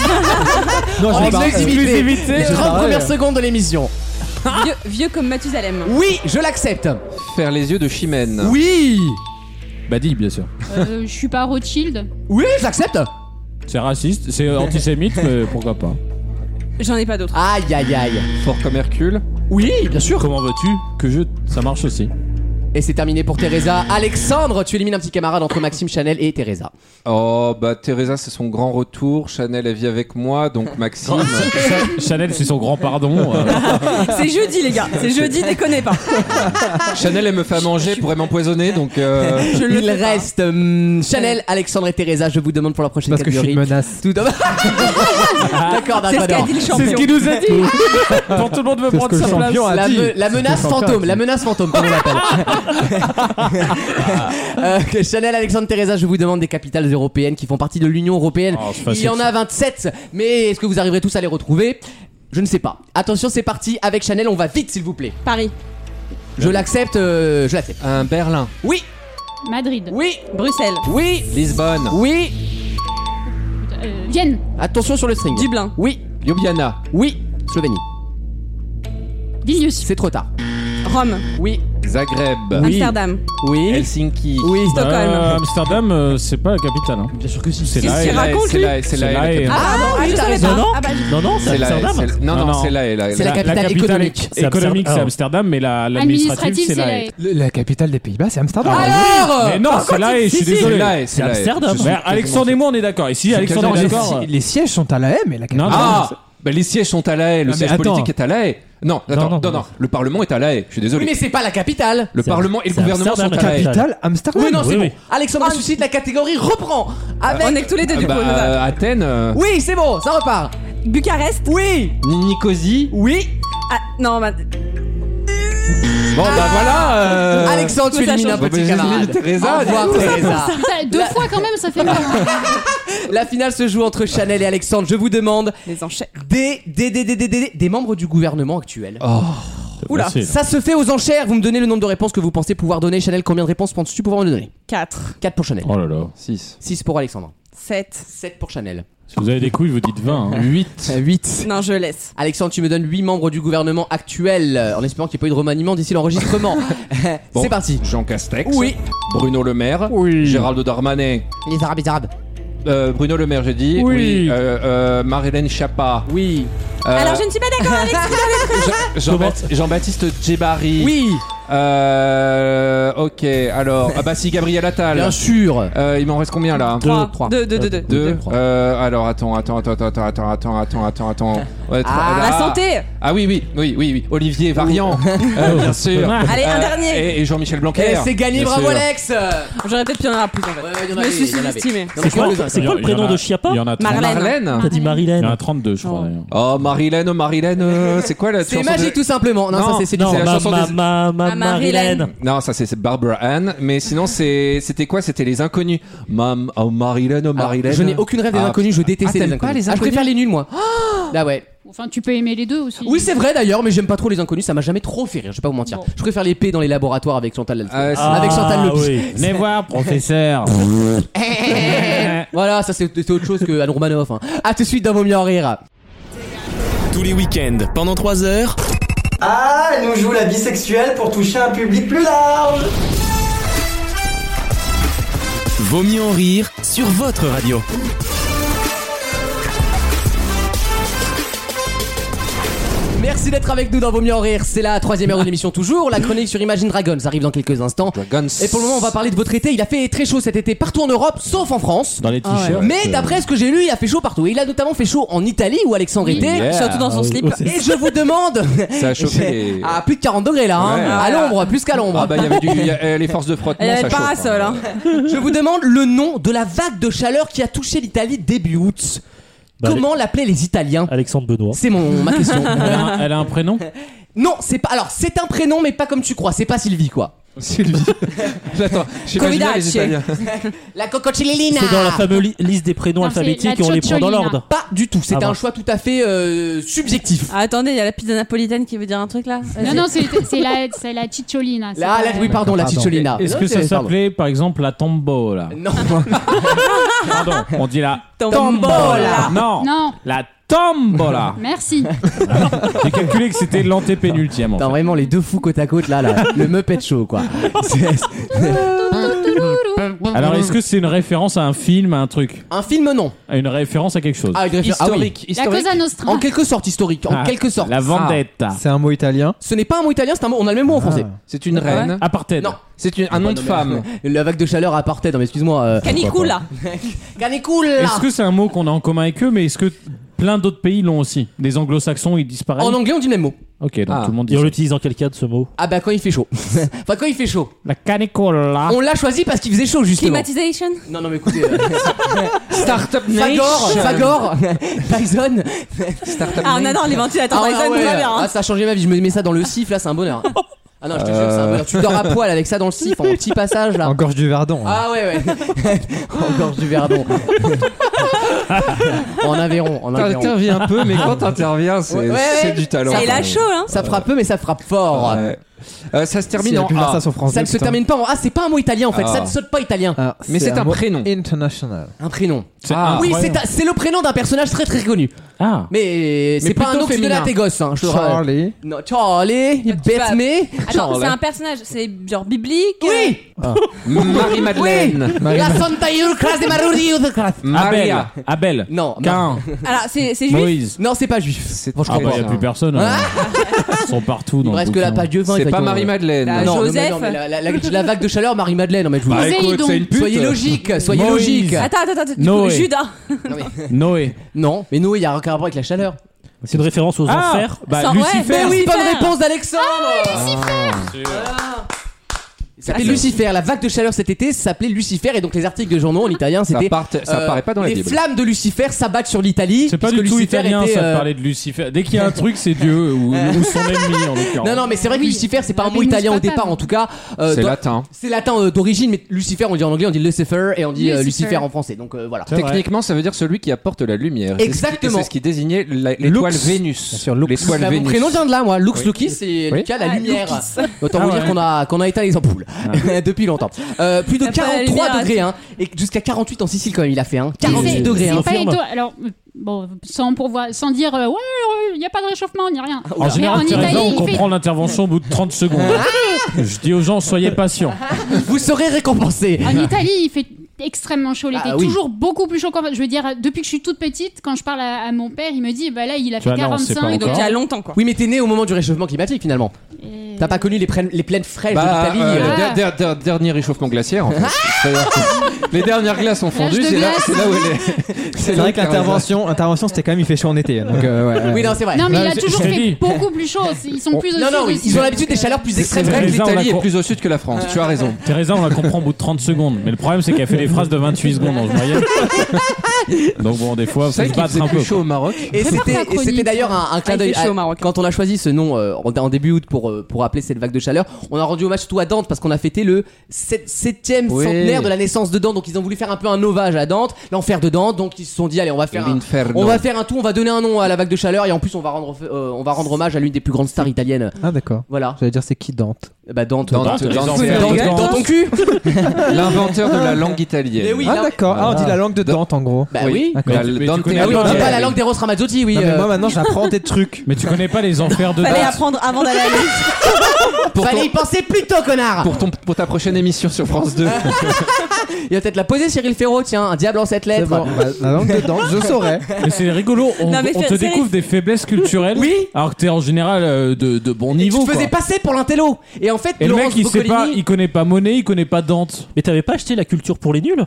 Speaker 8: Non,
Speaker 2: En
Speaker 8: j'ai pas.
Speaker 2: exclusivité. Les
Speaker 8: Je
Speaker 2: 30
Speaker 8: parle.
Speaker 2: premières secondes de l'émission.
Speaker 6: Vieux, vieux comme Mathusalem.
Speaker 2: Oui, je l'accepte.
Speaker 5: Faire les yeux de Chimène.
Speaker 2: Oui.
Speaker 4: Bah, dis, bien sûr.
Speaker 7: Euh, je suis pas Rothschild.
Speaker 2: Oui, je l'accepte.
Speaker 4: C'est raciste, c'est antisémite, mais pourquoi pas.
Speaker 6: J'en ai pas d'autres.
Speaker 2: Aïe aïe aïe.
Speaker 5: Fort comme Hercule.
Speaker 2: Oui, bien sûr.
Speaker 4: Comment veux-tu que je. Ça marche aussi.
Speaker 2: Et c'est terminé pour Teresa. Alexandre, tu élimines un petit camarade entre Maxime Chanel et Teresa.
Speaker 5: Oh bah Teresa c'est son grand retour. Chanel elle vit avec moi donc
Speaker 4: Ah.
Speaker 2: [LAUGHS]
Speaker 5: Maxime. [LAUGHS]
Speaker 4: Bah, Cha- Chanel, c'est son grand pardon. euh, [LAUGHS]
Speaker 6: C'est jeudi, les gars. Ah. C'est jeudi, déconnez pas.
Speaker 5: Chanel elle me fait à manger pour m'empoisonner donc. euh,
Speaker 2: [LAUGHS]
Speaker 6: Je le
Speaker 2: Il
Speaker 6: fais pas.
Speaker 2: reste hum, Chanel, Alexandre et Teresa. Je vous demande pour la prochaine
Speaker 8: Parce que je suis
Speaker 2: catégorie.
Speaker 8: une menace.
Speaker 2: Tout
Speaker 6: [LAUGHS]
Speaker 2: d'abord. D'accord,
Speaker 6: Ah, C'est ce qu'a
Speaker 2: d'accord.
Speaker 6: dit le champion.
Speaker 4: nous a dit. [LAUGHS] Quand tout le monde veut
Speaker 8: C'est ce que
Speaker 4: prendre
Speaker 8: le
Speaker 4: sa place.
Speaker 8: champion a
Speaker 2: La,
Speaker 8: dit.
Speaker 2: me- la menace
Speaker 8: C'est encore
Speaker 2: fantôme,
Speaker 8: dit.
Speaker 2: la menace fantôme, comme on l'appelle.
Speaker 8: [LAUGHS]
Speaker 2: Euh, que Chanel, Alexandre, Teresa, je vous demande des capitales européennes qui font partie de l'Union européenne.
Speaker 4: Oh, c'est
Speaker 2: Il y
Speaker 4: facile,
Speaker 2: en a 27, mais est-ce que vous arriverez tous à les retrouver Je ne sais pas. Attention, c'est parti avec Chanel, on va vite, s'il vous plaît.
Speaker 6: Paris,
Speaker 2: Je l'accepte, euh, je l'accepte.
Speaker 5: Un Berlin.
Speaker 2: Oui,
Speaker 7: Madrid.
Speaker 2: oui,
Speaker 6: Bruxelles,
Speaker 2: oui,
Speaker 5: Lisbonne.
Speaker 2: oui.
Speaker 7: Euh, Vienne.
Speaker 2: Attention sur le string.
Speaker 6: Dublin,
Speaker 2: Oui,
Speaker 5: Ljubljana.
Speaker 2: oui, Slovénie.
Speaker 7: Vilnius.
Speaker 2: C'est trop tard.
Speaker 6: Rome,
Speaker 2: Oui,
Speaker 5: Zagreb.
Speaker 6: Amsterdam,
Speaker 2: oui,
Speaker 5: Helsinki.
Speaker 2: oui.
Speaker 6: Stop. Stockholm.
Speaker 4: Euh, Amsterdam, euh, c'est pas la capitale. hein.
Speaker 3: Bien sûr que si.
Speaker 4: C'est
Speaker 6: Qu'est-ce
Speaker 4: là.
Speaker 6: qu'il
Speaker 4: et-
Speaker 5: C'est là,
Speaker 6: raconte,
Speaker 5: c'est
Speaker 6: lui
Speaker 5: là, c'est là,
Speaker 4: C'est là
Speaker 5: et-
Speaker 4: et-
Speaker 2: Ah,
Speaker 6: Ah,
Speaker 2: oui,
Speaker 6: je
Speaker 2: t'as
Speaker 6: savais
Speaker 2: raison.
Speaker 6: pas.
Speaker 3: Non, non.
Speaker 6: Ah bah,
Speaker 3: Non, non, c'est
Speaker 5: c'est là,
Speaker 3: Amsterdam.
Speaker 5: c'est là- Non
Speaker 4: Non,
Speaker 5: non
Speaker 4: non.
Speaker 5: c'est là et là. et
Speaker 2: C'est la
Speaker 5: là.
Speaker 2: capitale économique.
Speaker 4: c'est oh. économique, c'est
Speaker 3: Amsterdam.
Speaker 4: Amsterdam, mais la- l'administrative,
Speaker 7: Administrative,
Speaker 4: c'est là. et-
Speaker 7: c'est
Speaker 8: Le- La capitale des Pays-Bas, c'est Amsterdam.
Speaker 2: Alors
Speaker 4: Mais non, c'est là et je suis
Speaker 5: C'est
Speaker 4: désolé.
Speaker 5: là et c'est
Speaker 3: C'est
Speaker 5: là et-
Speaker 3: Amsterdam.
Speaker 5: je suis
Speaker 4: Mais Alexandre et moi, on est d'accord. Et si Alexandre
Speaker 8: Attends,
Speaker 4: est
Speaker 8: les-
Speaker 4: d'accord. euh.
Speaker 8: les sièges sont à la M et la capitale.
Speaker 4: Non, non.
Speaker 5: Ah bah, les sièges sont à La Haye, le
Speaker 8: Ah, mais
Speaker 5: siège
Speaker 8: attends.
Speaker 5: politique est à La Haye. Non, attends, non, non,
Speaker 3: non, non.
Speaker 5: le Parlement est à La Haye, je suis
Speaker 2: Oui,
Speaker 5: désolé.
Speaker 2: mais c'est pas la capitale.
Speaker 5: le
Speaker 3: C'est-
Speaker 5: Parlement et le
Speaker 3: c'est
Speaker 5: gouvernement sont à
Speaker 3: Amsterdam,
Speaker 5: La Haye.
Speaker 3: capitale.
Speaker 8: Capitale Amsterdam.
Speaker 2: Oui, non, c'est
Speaker 3: Oui,
Speaker 2: bon.
Speaker 3: oui.
Speaker 2: Alexandre suscite la catégorie, reprend. Avec...
Speaker 6: Ah. On est que tous les deux, du coup.
Speaker 5: Bah,
Speaker 6: on est pas.
Speaker 5: Athènes, euh,
Speaker 2: Oui, c'est bon, ça repart.
Speaker 6: Bucarest
Speaker 2: Oui,
Speaker 5: Nicosie.
Speaker 2: oui.
Speaker 6: Ah, Non, bah,
Speaker 5: Bon bah voilà. euh,
Speaker 2: Alexandre, tu
Speaker 6: tout ça
Speaker 2: élimines un
Speaker 6: change.
Speaker 5: Bon, bah,
Speaker 2: petit
Speaker 5: j'ai
Speaker 2: camarade.
Speaker 5: Teresa,
Speaker 2: Au revoir, Teresa.
Speaker 7: la- Putain, Deux fois quand même, ça
Speaker 2: [LAUGHS]
Speaker 7: fait hein. mal.
Speaker 2: La finale se joue entre Chanel et Alexandre. Je vous demande
Speaker 6: les enchères.
Speaker 2: des, des, des, des, des, des, des membres du gouvernement actuel. Oula,
Speaker 4: Facile.
Speaker 2: ça se fait aux enchères. Vous me donnez le nombre de réponses que vous pensez pouvoir donner. Chanel, combien de réponses penses-tu pouvoir me donner
Speaker 6: 4,
Speaker 2: 4 pour Chanel,
Speaker 4: Oh là là.
Speaker 5: 6.
Speaker 2: 6 pour Alexandre,
Speaker 6: 7.
Speaker 2: 7 pour Chanel.
Speaker 4: Si vous avez des couilles, vous dites hein. 20.
Speaker 2: 8. 8.
Speaker 6: Non, je laisse.
Speaker 2: Alexandre, tu me donnes 8 membres du gouvernement actuel euh, en espérant qu'il n'y ait pas eu de remaniement d'ici l'enregistrement. [LAUGHS] C'est parti.
Speaker 5: Jean Castex.
Speaker 2: Oui.
Speaker 5: Bruno Le Maire. Gérald Darmanin.
Speaker 2: Les Arabes, les Arabes.
Speaker 5: Euh, Bruno Le Maire, j'ai dit.
Speaker 2: Oui.
Speaker 5: Euh, euh, Marilène Chapa.
Speaker 2: Oui.
Speaker 6: Alors, je ne suis pas d'accord avec ce que vous avez trouvé.
Speaker 5: Jean-Baptiste Djebari.
Speaker 2: Oui.
Speaker 5: Euh, ok, alors. Ah bah si, Gabriel Attal.
Speaker 2: Bien sûr.
Speaker 5: Euh, il m'en reste combien là
Speaker 6: Trois. Deux, trois. Deux, deux, deux, deux.
Speaker 5: Deux. Euh, alors attends, attends, attends, attends, attends, attends, attends, attends, attends. Ouais, trois-
Speaker 6: Ah,
Speaker 5: là.
Speaker 6: la santé.
Speaker 5: Ah oui, oui, oui, oui, oui.
Speaker 2: [LAUGHS]
Speaker 5: Olivier Variant, Euh, bien sûr.
Speaker 6: Allez, un
Speaker 5: Euh,
Speaker 6: dernier.
Speaker 5: Et, et Jean-Michel Blanquer.
Speaker 2: Oh, Eh, C'est gagné,
Speaker 5: Bien
Speaker 2: bravo
Speaker 5: sûr.
Speaker 2: Alex.
Speaker 6: J'aurais peut-être pu en avoir plus en fait.
Speaker 2: Ouais, ouais, il y en
Speaker 6: Je me
Speaker 2: avait,
Speaker 6: suis
Speaker 2: il y en avait. Euh,
Speaker 6: sous-estimé.
Speaker 2: Non, mais
Speaker 3: C'est quoi,
Speaker 2: je
Speaker 3: le-
Speaker 2: crois que-
Speaker 3: c'est quoi le
Speaker 4: Il y en
Speaker 3: prénom
Speaker 4: a-
Speaker 3: de Chiappa
Speaker 4: Il y en a
Speaker 6: Marlène.
Speaker 5: Marlène.
Speaker 3: T'as dit
Speaker 4: Il y en
Speaker 3: Marilène.
Speaker 4: a 32, je crois.
Speaker 6: Oh.
Speaker 4: d'ailleurs.
Speaker 5: Oh, Marilène, Marilène, euh, c'est quoi la
Speaker 2: C'est
Speaker 5: chanson
Speaker 2: magique
Speaker 5: de-
Speaker 2: tout simplement. Non,
Speaker 5: Non,
Speaker 2: ça c'est- c'est du
Speaker 3: Non,
Speaker 5: C'est la
Speaker 3: ma,
Speaker 5: chanson
Speaker 3: ma,
Speaker 5: des-
Speaker 3: ma, ma,
Speaker 6: Ah, Marilène.
Speaker 3: Marilène.
Speaker 5: Non, ça c'est c'est Barbara Ann, mais sinon c'est- c'était quoi C'était les inconnus. Mam, oh, Marilyn, oh,
Speaker 2: Alors,
Speaker 5: Marilyn.
Speaker 2: Ah, Je n'ai aucune rêve des
Speaker 5: Ah,
Speaker 2: inconnus, je détestais
Speaker 5: Ah,
Speaker 2: les
Speaker 5: t'aimes pas
Speaker 2: inconnus.
Speaker 5: les
Speaker 2: Ah, je
Speaker 5: inconnus
Speaker 2: préfère les nuls, moi. Ah ouais.
Speaker 7: Enfin, tu peux aimer les deux aussi.
Speaker 2: Oui, c'est vrai d'ailleurs, mais j'aime pas trop les inconnus, ça m'a jamais trop fait rire, je vais pas vous mentir.
Speaker 7: Bon.
Speaker 2: Je préfère les P dans les laboratoires avec Chantal Lalfo.
Speaker 5: Ah, c'est-
Speaker 2: Avec Chantal
Speaker 3: Ah,
Speaker 2: Lobby.
Speaker 3: oui.
Speaker 4: Venez voir, professeur.
Speaker 2: [LAUGHS] Ah Voilà, ça c'est c'est autre chose que Anne Romanoff. Hein. À tout de suite dans Vaut mieux en rire.
Speaker 1: Tous les week-ends, pendant 3 heures,
Speaker 11: Ah, elle nous joue la bisexuelle pour toucher un public plus large.
Speaker 1: Vaut mieux en rire sur votre radio.
Speaker 2: Merci d'être avec nous dans Vaut mieux en rire. C'est la troisième heure de l'émission toujours. La chronique sur Imagine Dragons arrive dans quelques instants.
Speaker 5: Dragons.
Speaker 2: Et pour le moment, on va parler de votre été. Il a fait très chaud cet été partout en Europe, sauf en France.
Speaker 4: Dans les
Speaker 6: Ah ouais.
Speaker 4: t-shirts.
Speaker 2: Mais
Speaker 4: euh,
Speaker 2: d'après ce que j'ai lu, il a fait chaud partout. Et il a notamment fait chaud en Italie où Alexandre
Speaker 6: Oui.
Speaker 2: était.
Speaker 5: Yeah.
Speaker 6: Surtout dans son slip.
Speaker 2: Et je vous demande.
Speaker 5: Ça
Speaker 2: [LAUGHS]
Speaker 5: a chauffé. les-
Speaker 2: Ah, plus de 40 degrés là, hein.
Speaker 5: Ouais.
Speaker 2: à l'ombre, plus qu'à l'ombre.
Speaker 5: Ah bah il y avait du, il y a- eh, les forces de frottement.
Speaker 6: Elle
Speaker 5: ça
Speaker 6: avait le
Speaker 5: chauffe,
Speaker 6: parasol.
Speaker 5: hein.
Speaker 6: Hein.
Speaker 2: Je vous demande le nom de la vague de chaleur qui a touché l'Italie début août.
Speaker 3: Bah,
Speaker 2: Comment l'appelaient les Italiens
Speaker 3: Alexandre Benoît.
Speaker 2: C'est mon ma [LAUGHS] question.
Speaker 4: elle, a un, elle a un prénom
Speaker 2: non, c'est pas. Alors, c'est un prénom, mais pas comme tu crois. C'est pas Sylvie, quoi.
Speaker 5: Sylvie. J'attends, j'imagine bien les
Speaker 6: Covidace.
Speaker 5: Italiens.
Speaker 2: La cococillina.
Speaker 3: C'est dans la fameuse li- liste des prénoms
Speaker 7: Non, c'est
Speaker 3: alphabétiques
Speaker 7: la
Speaker 3: et on les prend dans
Speaker 7: Ciocciolina.
Speaker 3: l'ordre.
Speaker 2: Pas du tout. C'était
Speaker 3: Ah bon.
Speaker 2: un choix tout à fait euh, subjectif.
Speaker 6: Ah, attendez, il y a la pizza napolitaine qui veut dire un truc là.
Speaker 7: Non, non, c'est c'est la, c'est la cicciolina. c'est
Speaker 2: Là,
Speaker 7: pas-
Speaker 2: là, oui, pardon, la
Speaker 8: Pardon.
Speaker 2: cicciolina.
Speaker 4: Est-ce
Speaker 2: Ah. Non,
Speaker 4: que ça
Speaker 2: c'est- pardon.
Speaker 4: s'appelait par exemple la tombola
Speaker 2: Non. [LAUGHS]
Speaker 4: Pardon, on dit la
Speaker 2: Tombola.
Speaker 4: Non,
Speaker 7: Non,
Speaker 4: la tombola.
Speaker 7: merci.
Speaker 4: J'ai calculé que c'était l'antépénultième. en
Speaker 2: Attends, vraiment les deux fous côte à côte là, là le Muppet Show quoi. C'est-
Speaker 4: fait. Alors est-ce que c'est une référence à un film, à un truc
Speaker 2: Un film non.
Speaker 4: À une référence à quelque chose
Speaker 2: Ah, une réfé- ah oui.
Speaker 5: Historique,
Speaker 7: La
Speaker 5: historique.
Speaker 7: Cosa Nostra.
Speaker 2: En quelque sorte historique, en
Speaker 4: Ah,
Speaker 2: quelque sorte.
Speaker 4: La Ah. vendetta.
Speaker 8: C'est un mot italien.
Speaker 2: Ce n'est pas un mot italien, c'est un mot. On a le même mot en français.
Speaker 5: C'est une reine.
Speaker 4: Apartheid.
Speaker 2: Non.
Speaker 5: C'est une- un nom de femme.
Speaker 2: La vague de chaleur apartheid. Non mais excuse-moi. euh,
Speaker 6: Canicula.
Speaker 2: Canicula.
Speaker 4: Est-ce que c'est un mot qu'on a en commun avec eux, mais est-ce que plein d'autres pays l'ont aussi Les anglo-saxons, ils disparaissent
Speaker 2: En anglais, on dit le même mot.
Speaker 4: Ok, donc
Speaker 5: Ah.
Speaker 4: tout le monde dit
Speaker 3: Et on
Speaker 4: ça.
Speaker 3: l'utilise dans quel cadre ce mot
Speaker 2: Ah bah quand il fait
Speaker 4: [LAUGHS]
Speaker 2: chaud. enfin quand il fait chaud.
Speaker 4: La canicola.
Speaker 2: On l'a choisi parce qu'il faisait chaud justement.
Speaker 6: Climatisation.
Speaker 2: Non non mais écoutez. euh,
Speaker 5: [LAUGHS] Startup
Speaker 2: Fagor,
Speaker 5: Nation. [LAUGHS]
Speaker 2: Fagor, Dyson.
Speaker 5: Startup
Speaker 6: Ah, on
Speaker 5: Nation.
Speaker 6: adore les ventilateurs.
Speaker 2: Ah,
Speaker 6: dans les
Speaker 2: ouais,
Speaker 6: zones,
Speaker 2: ouais.
Speaker 6: tout va bien, hein.
Speaker 2: Ah, ça a changé ma vie. Je me mets ça dans le sif là, c'est un bonheur. Ah non je te jure c'est un bonheur. Tu dors à poil avec ça dans le sif en petit passage là.
Speaker 8: En gorge du Verdon. hein.
Speaker 2: Ah ouais ouais. [LAUGHS] en gorge du Verdon. en Aveyron, en Aveyron.
Speaker 5: T'interviens un peu, mais quand t'interviens,
Speaker 2: Ouais,
Speaker 5: c'est
Speaker 2: ouais,
Speaker 5: c'est
Speaker 2: ouais.
Speaker 5: du talent.
Speaker 6: Ça, il a chaud, hein.
Speaker 2: Ça frappe peu mais ça frappe fort.
Speaker 5: Ouais. Euh, ça se
Speaker 8: Si
Speaker 5: termine
Speaker 8: j'avais
Speaker 5: en
Speaker 8: pu faire
Speaker 5: A.
Speaker 8: ça sur France
Speaker 2: Ça ne
Speaker 8: 2,
Speaker 2: se
Speaker 8: putain.
Speaker 2: termine pas en ah c'est pas un mot italien en fait
Speaker 5: Ah.
Speaker 2: ça ne saute pas italien
Speaker 8: Ah,
Speaker 5: Mais c'est un
Speaker 8: mot
Speaker 5: prénom.
Speaker 8: International.
Speaker 2: un prénom
Speaker 4: C'est
Speaker 5: Ah.
Speaker 2: oui c'est
Speaker 4: incroyable.
Speaker 2: un- c'est le prénom d'un personnage très très connu
Speaker 4: Ah.
Speaker 2: Mais c'est
Speaker 5: Mais
Speaker 2: pas un
Speaker 5: plutôt
Speaker 2: ox de
Speaker 5: féminin.
Speaker 2: la Tégos, hein, je te le rappelle.
Speaker 8: Charlie.
Speaker 2: Non, Charlie, you
Speaker 6: Tu vas-
Speaker 2: bet me.
Speaker 6: Attends,
Speaker 2: Charlie.
Speaker 6: c'est un personnage, c'est genre biblique.
Speaker 2: Oui,
Speaker 5: Marie-Madeleine.
Speaker 2: la Santa Iurcras de Maruri Iurcras.
Speaker 5: Maria.
Speaker 4: Abel. Abel.
Speaker 2: Non, non.
Speaker 4: Cain.
Speaker 6: euh, Alors, c'est c'est juif.
Speaker 4: Moïse.
Speaker 2: Non, c'est pas juif.
Speaker 5: C'est
Speaker 4: Ah bah, y a plus personne. hein.
Speaker 2: [LAUGHS]
Speaker 4: Ils sont partout
Speaker 2: Il
Speaker 4: dans
Speaker 2: me
Speaker 4: le
Speaker 2: reste que la
Speaker 4: bouquin.
Speaker 2: page de vin.
Speaker 5: C'est pas
Speaker 2: exactement.
Speaker 6: Ah,
Speaker 5: Marie-Madeleine.
Speaker 2: Non, non, mais
Speaker 6: Joseph.
Speaker 2: non, mais la, la- la- la vague de chaleur, Marie-Madeleine. Non, mais je vous
Speaker 5: Bah
Speaker 7: Poséidon.
Speaker 5: écoute, c'est une pute.
Speaker 2: Soyez logique, soyez
Speaker 4: Moïse.
Speaker 2: logique.
Speaker 6: Attends, attends, attends. du
Speaker 4: Noé.
Speaker 6: coup, Judas.
Speaker 2: Non, mais,
Speaker 4: Noé.
Speaker 2: non, mais nous, il y a un rapport avec la chaleur.
Speaker 3: C'est une référence aux enfers.
Speaker 4: Bah
Speaker 6: Sans- ouais,
Speaker 4: Lucifer.
Speaker 2: Mais oui,
Speaker 6: Lucifer.
Speaker 2: bonne réponse d'Alexandre.
Speaker 5: Ah,
Speaker 2: Ah. Il s'appelait Lucifer. La vague de chaleur cet été s'appelait Lucifer. Et donc, les articles de journaux en italien,
Speaker 5: Ça,
Speaker 2: c'était.
Speaker 5: part- ça
Speaker 2: euh,
Speaker 5: paraît pas dans la
Speaker 2: les
Speaker 5: Bible.
Speaker 2: flammes de Lucifer s'abattent sur l'Italie.
Speaker 4: C'est pas
Speaker 2: puisque
Speaker 4: du tout
Speaker 2: Lucifer
Speaker 4: italien
Speaker 2: était,
Speaker 4: ça de
Speaker 2: euh,
Speaker 4: parler de Lucifer. Dès qu'il
Speaker 2: [LAUGHS]
Speaker 4: y a un truc, c'est Dieu ou, ou son ennemi en l'occurrence.
Speaker 2: Non, non, mais c'est vrai que
Speaker 7: Oui.
Speaker 2: Lucifer, c'est pas un mot
Speaker 7: Avec
Speaker 2: italien au
Speaker 7: Moustapha,
Speaker 2: départ,
Speaker 7: mais-
Speaker 2: en tout cas. Euh,
Speaker 5: C'est
Speaker 2: dans-
Speaker 5: latin.
Speaker 2: C'est latin euh, d'origine, mais Lucifer, on dit en anglais, on dit Lucifer et on dit euh, Lucifer,
Speaker 7: Lucifer
Speaker 2: en français. Donc euh, voilà.
Speaker 4: C'est vrai.
Speaker 5: Techniquement, ça veut dire celui qui apporte la lumière. C'est ce qui-
Speaker 2: Exactement.
Speaker 5: C'est ce qui désignait la- l'étoile
Speaker 8: Lux.
Speaker 5: Vénus.
Speaker 8: Bien sûr, Lux.
Speaker 2: Bah,
Speaker 5: L'étoile
Speaker 2: mon
Speaker 5: Vénus.
Speaker 2: prénom vient de là, moi. Lux Lucas, c'est
Speaker 5: Oui.
Speaker 2: Lucas, la
Speaker 6: Ah,
Speaker 2: lumière.
Speaker 6: Lucas.
Speaker 2: [LAUGHS] Autant
Speaker 4: Ah
Speaker 2: vous dire
Speaker 4: ouais.
Speaker 2: qu'on a, qu'on a éteint les ampoules. [LAUGHS]
Speaker 5: Ah
Speaker 2: depuis longtemps. Euh, plus de
Speaker 6: T'as pas
Speaker 2: 43
Speaker 6: la lumière,
Speaker 2: degrés,
Speaker 6: hein.
Speaker 2: hein. Et jusqu'à 48 en Sicile quand même, il a fait, hein.
Speaker 7: Mais Ah, c'est-
Speaker 2: 48 degrés, hein.
Speaker 7: C'est pas étonnant. Alors, euh, bon, sans, pourvoi- sans dire, euh, ouais, ouais, il n'y a pas de réchauffement, ni rien.
Speaker 4: En
Speaker 7: Mais
Speaker 4: général, Teresa, on
Speaker 7: il fait-
Speaker 4: comprend l'intervention au bout de 30 secondes. Je dis aux gens, soyez patients.
Speaker 2: Vous serez récompensés.
Speaker 7: En Italie, il fait extrêmement chaud l'été,
Speaker 4: Ah oui.
Speaker 7: toujours beaucoup plus chaud qu'en Je veux dire, depuis que je suis toute petite, quand je parle à, à mon père, il me dit, bah là, il a fait 45.
Speaker 2: Oui, mais t'es né au moment du réchauffement climatique finalement. T'as pas connu les, plaines- les plaines fraîches
Speaker 5: Bah,
Speaker 2: de l'Italie.
Speaker 5: euh,
Speaker 2: euh.
Speaker 5: der- der- der- dernier réchauffement glaciaire, en fait.
Speaker 2: [LAUGHS]
Speaker 5: C'est-à-dire que les dernières glaces ont fondu,
Speaker 2: Ah. L'âge de
Speaker 5: c'est là,
Speaker 2: glace.
Speaker 5: c'est là où elle est.
Speaker 8: C'est
Speaker 5: là
Speaker 8: vrai que
Speaker 5: qu'elle
Speaker 2: euh,
Speaker 8: l'intervention, intervention, c'était quand même il fait chaud en été. Donc, euh, ouais, ouais.
Speaker 2: Oui, non, c'est vrai.
Speaker 7: Non, mais il a toujours fait beaucoup plus chaud. Ils sont plus au
Speaker 2: Non,
Speaker 7: sud
Speaker 2: non,
Speaker 7: aussi.
Speaker 2: ils, ils ont l'habitude des chaleurs plus
Speaker 5: C'est
Speaker 2: extrêmes.
Speaker 5: vrai que
Speaker 4: Teresa, on la
Speaker 5: l'Italie est
Speaker 4: com-
Speaker 5: plus au sud que la France, tu as raison.
Speaker 4: [LAUGHS] Teresa, on la comprend au bout de 30 secondes. Mais le problème, c'est qu'elle fait des phrases de 28 secondes en
Speaker 2: [LAUGHS]
Speaker 4: moyenne. Donc bon, des fois, faut
Speaker 5: C'est
Speaker 4: se
Speaker 5: vrai qu'il
Speaker 4: battre
Speaker 5: faisait
Speaker 4: un peu.
Speaker 5: plus chaud au Maroc.
Speaker 2: Et c'était, et c'était d'ailleurs un, un clin d'œil. à- Quand on a choisi ce nom euh, en, en début août pour, euh, pour appeler cette vague de chaleur, on a rendu hommage surtout à Dante parce qu'on a fêté le 7 septième
Speaker 5: Oui.
Speaker 2: centenaire de la naissance de Dante. Donc ils ont voulu faire un peu un ovage à Dante, l'enfer de Dante. Donc ils se sont dit, allez, on va faire un,
Speaker 5: L'inferno.
Speaker 2: on va faire un tout, on va donner un nom à la vague de chaleur et en plus on va rendre, euh, on va rendre hommage à l'une des plus grandes stars italiennes.
Speaker 8: Ah, d'accord.
Speaker 2: Voilà.
Speaker 8: J'allais dire, c'est qui Dante
Speaker 2: Bah, Dante.
Speaker 8: Dante,
Speaker 2: Dante,
Speaker 8: Dante,
Speaker 2: Dante,
Speaker 8: c'est
Speaker 2: Dante,
Speaker 8: Dante.
Speaker 2: dans ton cul
Speaker 5: [LAUGHS] L'inventeur de la langue italienne. Ah
Speaker 2: Mais oui,
Speaker 8: ah,
Speaker 2: là-
Speaker 8: d'accord. Ah, on dit la langue de Dante en gros.
Speaker 2: Bah oui.
Speaker 8: D'accord.
Speaker 5: Mais tu- mais tu
Speaker 8: Dante-
Speaker 5: connais
Speaker 2: Ah oui, on
Speaker 5: Dante.
Speaker 2: dit pas la langue des Ross Ramazzotti, oui.
Speaker 8: Non, mais
Speaker 2: euh,
Speaker 8: moi maintenant j'apprends des trucs.
Speaker 4: Mais tu connais pas les enfers de
Speaker 6: Fallait
Speaker 4: date
Speaker 6: apprendre avant d'aller à la lutte.
Speaker 2: Fallait y penser plus tôt, connard
Speaker 5: Pour, ton, pour ta prochaine émission sur France
Speaker 2: [LAUGHS]
Speaker 5: 2.
Speaker 2: Il va peut-être la poser, Cyril Ferraud, tiens, un diable en sept
Speaker 8: C'est
Speaker 2: lettres.
Speaker 8: bon. bah, la langue de Dante, je saurais.
Speaker 4: Mais c'est rigolo, on,
Speaker 2: Non, mais
Speaker 4: on
Speaker 2: c'est-
Speaker 4: te
Speaker 2: c'est-
Speaker 4: découvre des faiblesses culturelles.
Speaker 2: Oui.
Speaker 4: Alors que t'es en général euh, de, de bon niveau.
Speaker 2: Tu te faisais
Speaker 4: quoi.
Speaker 2: passer pour l'intello. Et en fait,
Speaker 4: Et le
Speaker 2: Laurence
Speaker 4: mec, il sait
Speaker 2: Boccolini-
Speaker 4: pas, il connaît pas Monet, il connaît pas Dante.
Speaker 3: Mais t'avais pas acheté la culture pour les nuls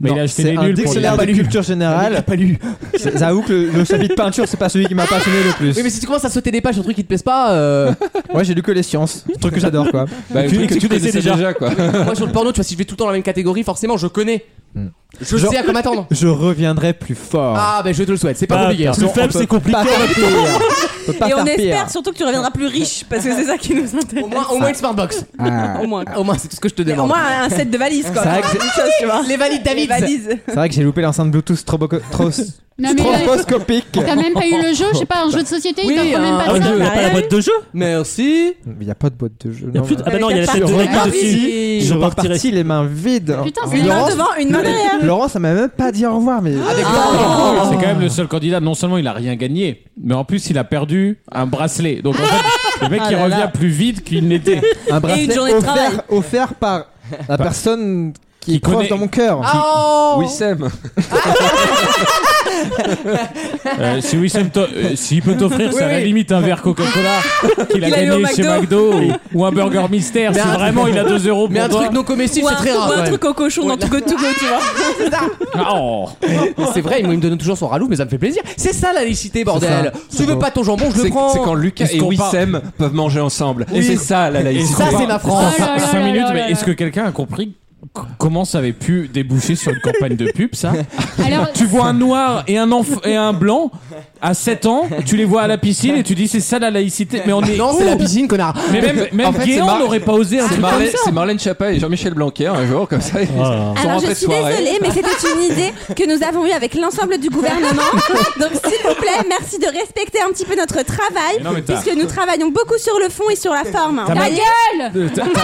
Speaker 4: Mais
Speaker 8: Non,
Speaker 4: il a acheté
Speaker 8: c'est
Speaker 4: les
Speaker 8: un
Speaker 4: nuls pour les
Speaker 8: dictionnaire de culture
Speaker 2: Il a
Speaker 8: générale.
Speaker 2: pas lu.
Speaker 8: C'est- J'avoue que le, le chapitre peinture, c'est pas celui qui m'a passionné le plus.
Speaker 2: Oui, mais si tu commences à sauter des pages sur un truc qui te plaise pas, euh,
Speaker 4: [LAUGHS]
Speaker 8: Ouais, j'ai lu que les sciences. Un truc que j'adore quoi.
Speaker 5: Bah, le
Speaker 3: Tu-
Speaker 5: truc
Speaker 3: que
Speaker 5: que
Speaker 3: tu
Speaker 5: tu
Speaker 3: connaissais
Speaker 5: connaissais
Speaker 3: déjà.
Speaker 5: déjà, quoi.
Speaker 2: moi sur le porno, tu vois, si je vais tout le temps dans la même catégorie, forcément, je connais. Je
Speaker 8: Genre-
Speaker 2: sais à quoi m'attendre.
Speaker 8: Je reviendrai plus fort.
Speaker 2: Ah, ben je te le souhaite, c'est pas
Speaker 3: Pas-
Speaker 2: compliqué. hein.
Speaker 3: Plus faible, c'est compliqué.
Speaker 8: Pas faire pire. On peut pas
Speaker 6: Et on
Speaker 8: faire
Speaker 6: espère
Speaker 8: pire.
Speaker 6: surtout que tu reviendras plus riche parce que c'est ça qui nous intéresse.
Speaker 2: Au moins, au moins une smartbox.
Speaker 8: Ah.
Speaker 6: Au moins.
Speaker 2: [LAUGHS] Au moins, c'est tout ce que je te
Speaker 6: Mais
Speaker 2: demande.
Speaker 6: au moins un set de valises quoi.
Speaker 8: C'est vrai que c'est-
Speaker 6: Quelque chose, tu vois.
Speaker 2: Les valides
Speaker 6: Les
Speaker 2: David.
Speaker 6: valises.
Speaker 8: C'est vrai que j'ai loupé l'enceinte Bluetooth troboco- tros-
Speaker 7: Non, mais euh,
Speaker 8: troposcopique.
Speaker 7: t'as même pas eu le jeu, je sais pas, un jeu de société,
Speaker 2: Oui,
Speaker 7: il t'offre même
Speaker 2: un-
Speaker 7: pas
Speaker 3: Ah,
Speaker 7: ça.
Speaker 3: ouais, t'avais
Speaker 6: bah,
Speaker 3: pas la
Speaker 6: ouais.
Speaker 3: boîte de jeu
Speaker 2: Merci.
Speaker 8: Il n'y a pas de boîte de jeu.
Speaker 3: Il y a
Speaker 8: non.
Speaker 3: plus de- Ah bah non, il y a la
Speaker 6: Avec
Speaker 3: tête
Speaker 6: la
Speaker 3: de
Speaker 6: carte.
Speaker 3: Ricky
Speaker 6: Ah oui.
Speaker 3: dessus.
Speaker 8: Je
Speaker 3: Je repartirai.
Speaker 8: repartis les mains vides.
Speaker 7: Putain, c'est
Speaker 6: Une main
Speaker 8: Laurence,
Speaker 6: devant, une main derrière. Ah,
Speaker 8: Laurent, ça m'a même pas dit au revoir, mais.
Speaker 2: Avec
Speaker 4: C'est quand même le seul candidat. Non seulement il a rien gagné, mais en plus il a perdu un bracelet. Donc en fait, le
Speaker 2: Ah
Speaker 4: mec il revient plus vite qu'il n'était.
Speaker 8: Un
Speaker 6: Et une
Speaker 8: bracelet
Speaker 6: journée de travail.
Speaker 8: offert, offert par la personne qui,
Speaker 4: Qui
Speaker 8: est proche
Speaker 4: connaît-
Speaker 8: dans mon cœur.
Speaker 2: Oh
Speaker 6: Ah.
Speaker 5: Oui, Sam.
Speaker 4: Euh, si Wissem t'o- euh, s'il peut t'offrir,
Speaker 2: Oui,
Speaker 4: c'est à la
Speaker 2: oui.
Speaker 4: limite un verre Coca-Cola qu'il a
Speaker 6: Il a eu au
Speaker 4: gagné chez McDo ou, ou un burger mystère.
Speaker 2: Mais
Speaker 4: Si
Speaker 2: un-
Speaker 4: vraiment il a 2 euros
Speaker 2: Mais
Speaker 4: pour
Speaker 2: un
Speaker 4: toi.
Speaker 2: truc non comestible,
Speaker 6: Ou
Speaker 2: c'est
Speaker 6: un,
Speaker 2: très
Speaker 6: ou un
Speaker 2: rare.
Speaker 6: truc au cochon dans tout go to go, tu vois.
Speaker 4: Oh.
Speaker 2: C'est vrai, il me donne toujours son ralouf, mais ça me fait plaisir. C'est ça la laïcité, bordel. Tu veux pas ton jambon, je
Speaker 5: C'est
Speaker 2: le
Speaker 5: c'est
Speaker 2: prends.
Speaker 5: quand Lucas
Speaker 4: Ils se
Speaker 5: et
Speaker 4: comparent.
Speaker 5: Wissem peuvent manger ensemble. Et
Speaker 4: Oui.
Speaker 5: c'est ça, la laïcité.
Speaker 2: Ça, c'est ma France.
Speaker 7: Oh là là
Speaker 4: 5
Speaker 7: là
Speaker 4: minutes,
Speaker 7: là là
Speaker 4: mais est-ce
Speaker 7: là.
Speaker 4: que quelqu'un a compris c- comment ça avait pu déboucher sur une campagne de pub, ça
Speaker 7: Alors,
Speaker 4: Tu vois un noir et un, enf- et un blanc à 7 ans, tu les vois à la piscine et tu dis c'est ça la laïcité. Mais on est.
Speaker 2: Non, c'est la piscine, connard.
Speaker 4: Mais même, même
Speaker 5: En fait, c'est
Speaker 4: Guéant
Speaker 5: mar-
Speaker 4: n'aurait pas osé un
Speaker 5: C'est
Speaker 4: truc
Speaker 5: Marlène,
Speaker 4: comme ça.
Speaker 5: c'est Marlène Chapa et Jean-Michel Blanquer un jour, comme ça. Ils
Speaker 3: Ah.
Speaker 5: sont
Speaker 6: Alors
Speaker 5: rentrés
Speaker 6: je
Speaker 5: de
Speaker 6: suis
Speaker 5: soirée.
Speaker 6: désolée, mais c'était une idée que nous avons eue avec l'ensemble du gouvernement. [LAUGHS] Donc s'il vous plaît, merci de respecter un petit peu notre travail,
Speaker 4: Mais non, mais t'as-
Speaker 6: puisque nous travaillons beaucoup sur le fond et sur la forme.
Speaker 4: T'as
Speaker 7: ta
Speaker 4: même-
Speaker 7: gueule
Speaker 4: Euh, t'as- t'as-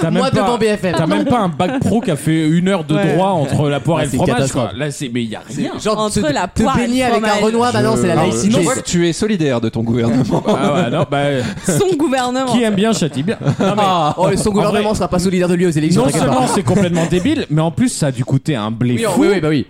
Speaker 4: t'as même
Speaker 2: Moi,
Speaker 4: pas-
Speaker 2: devant BFM.
Speaker 4: T'as même pas un bac pro qui a fait une heure de droit entre la poire
Speaker 2: Ah,
Speaker 4: et le
Speaker 2: c'est
Speaker 4: fromage.
Speaker 2: catastrophe.
Speaker 4: quoi. Là, c'est mais il y a rien.
Speaker 2: Genre,
Speaker 6: Entre
Speaker 2: te,
Speaker 6: la
Speaker 2: te
Speaker 6: poire et le
Speaker 2: baigner avec un
Speaker 6: fromage.
Speaker 2: renoir, bah non, c'est la
Speaker 5: Euh,
Speaker 2: laïcité.
Speaker 5: je vois que tu es solidaire de ton gouvernement.
Speaker 4: [LAUGHS] Ah ouais, non, bah,
Speaker 6: [LAUGHS] Son gouvernement.
Speaker 4: qui aime bien châtie bien. Non, mais-
Speaker 2: Ah, oh, son gouvernement sera pas solidaire de lui aux élections.
Speaker 4: Non
Speaker 2: t'inquiète pas.
Speaker 4: seulement c'est complètement débile, mais en plus ça a dû coûter un blé
Speaker 2: Oui, oh,
Speaker 4: fou.
Speaker 2: oui, oui, bah oui.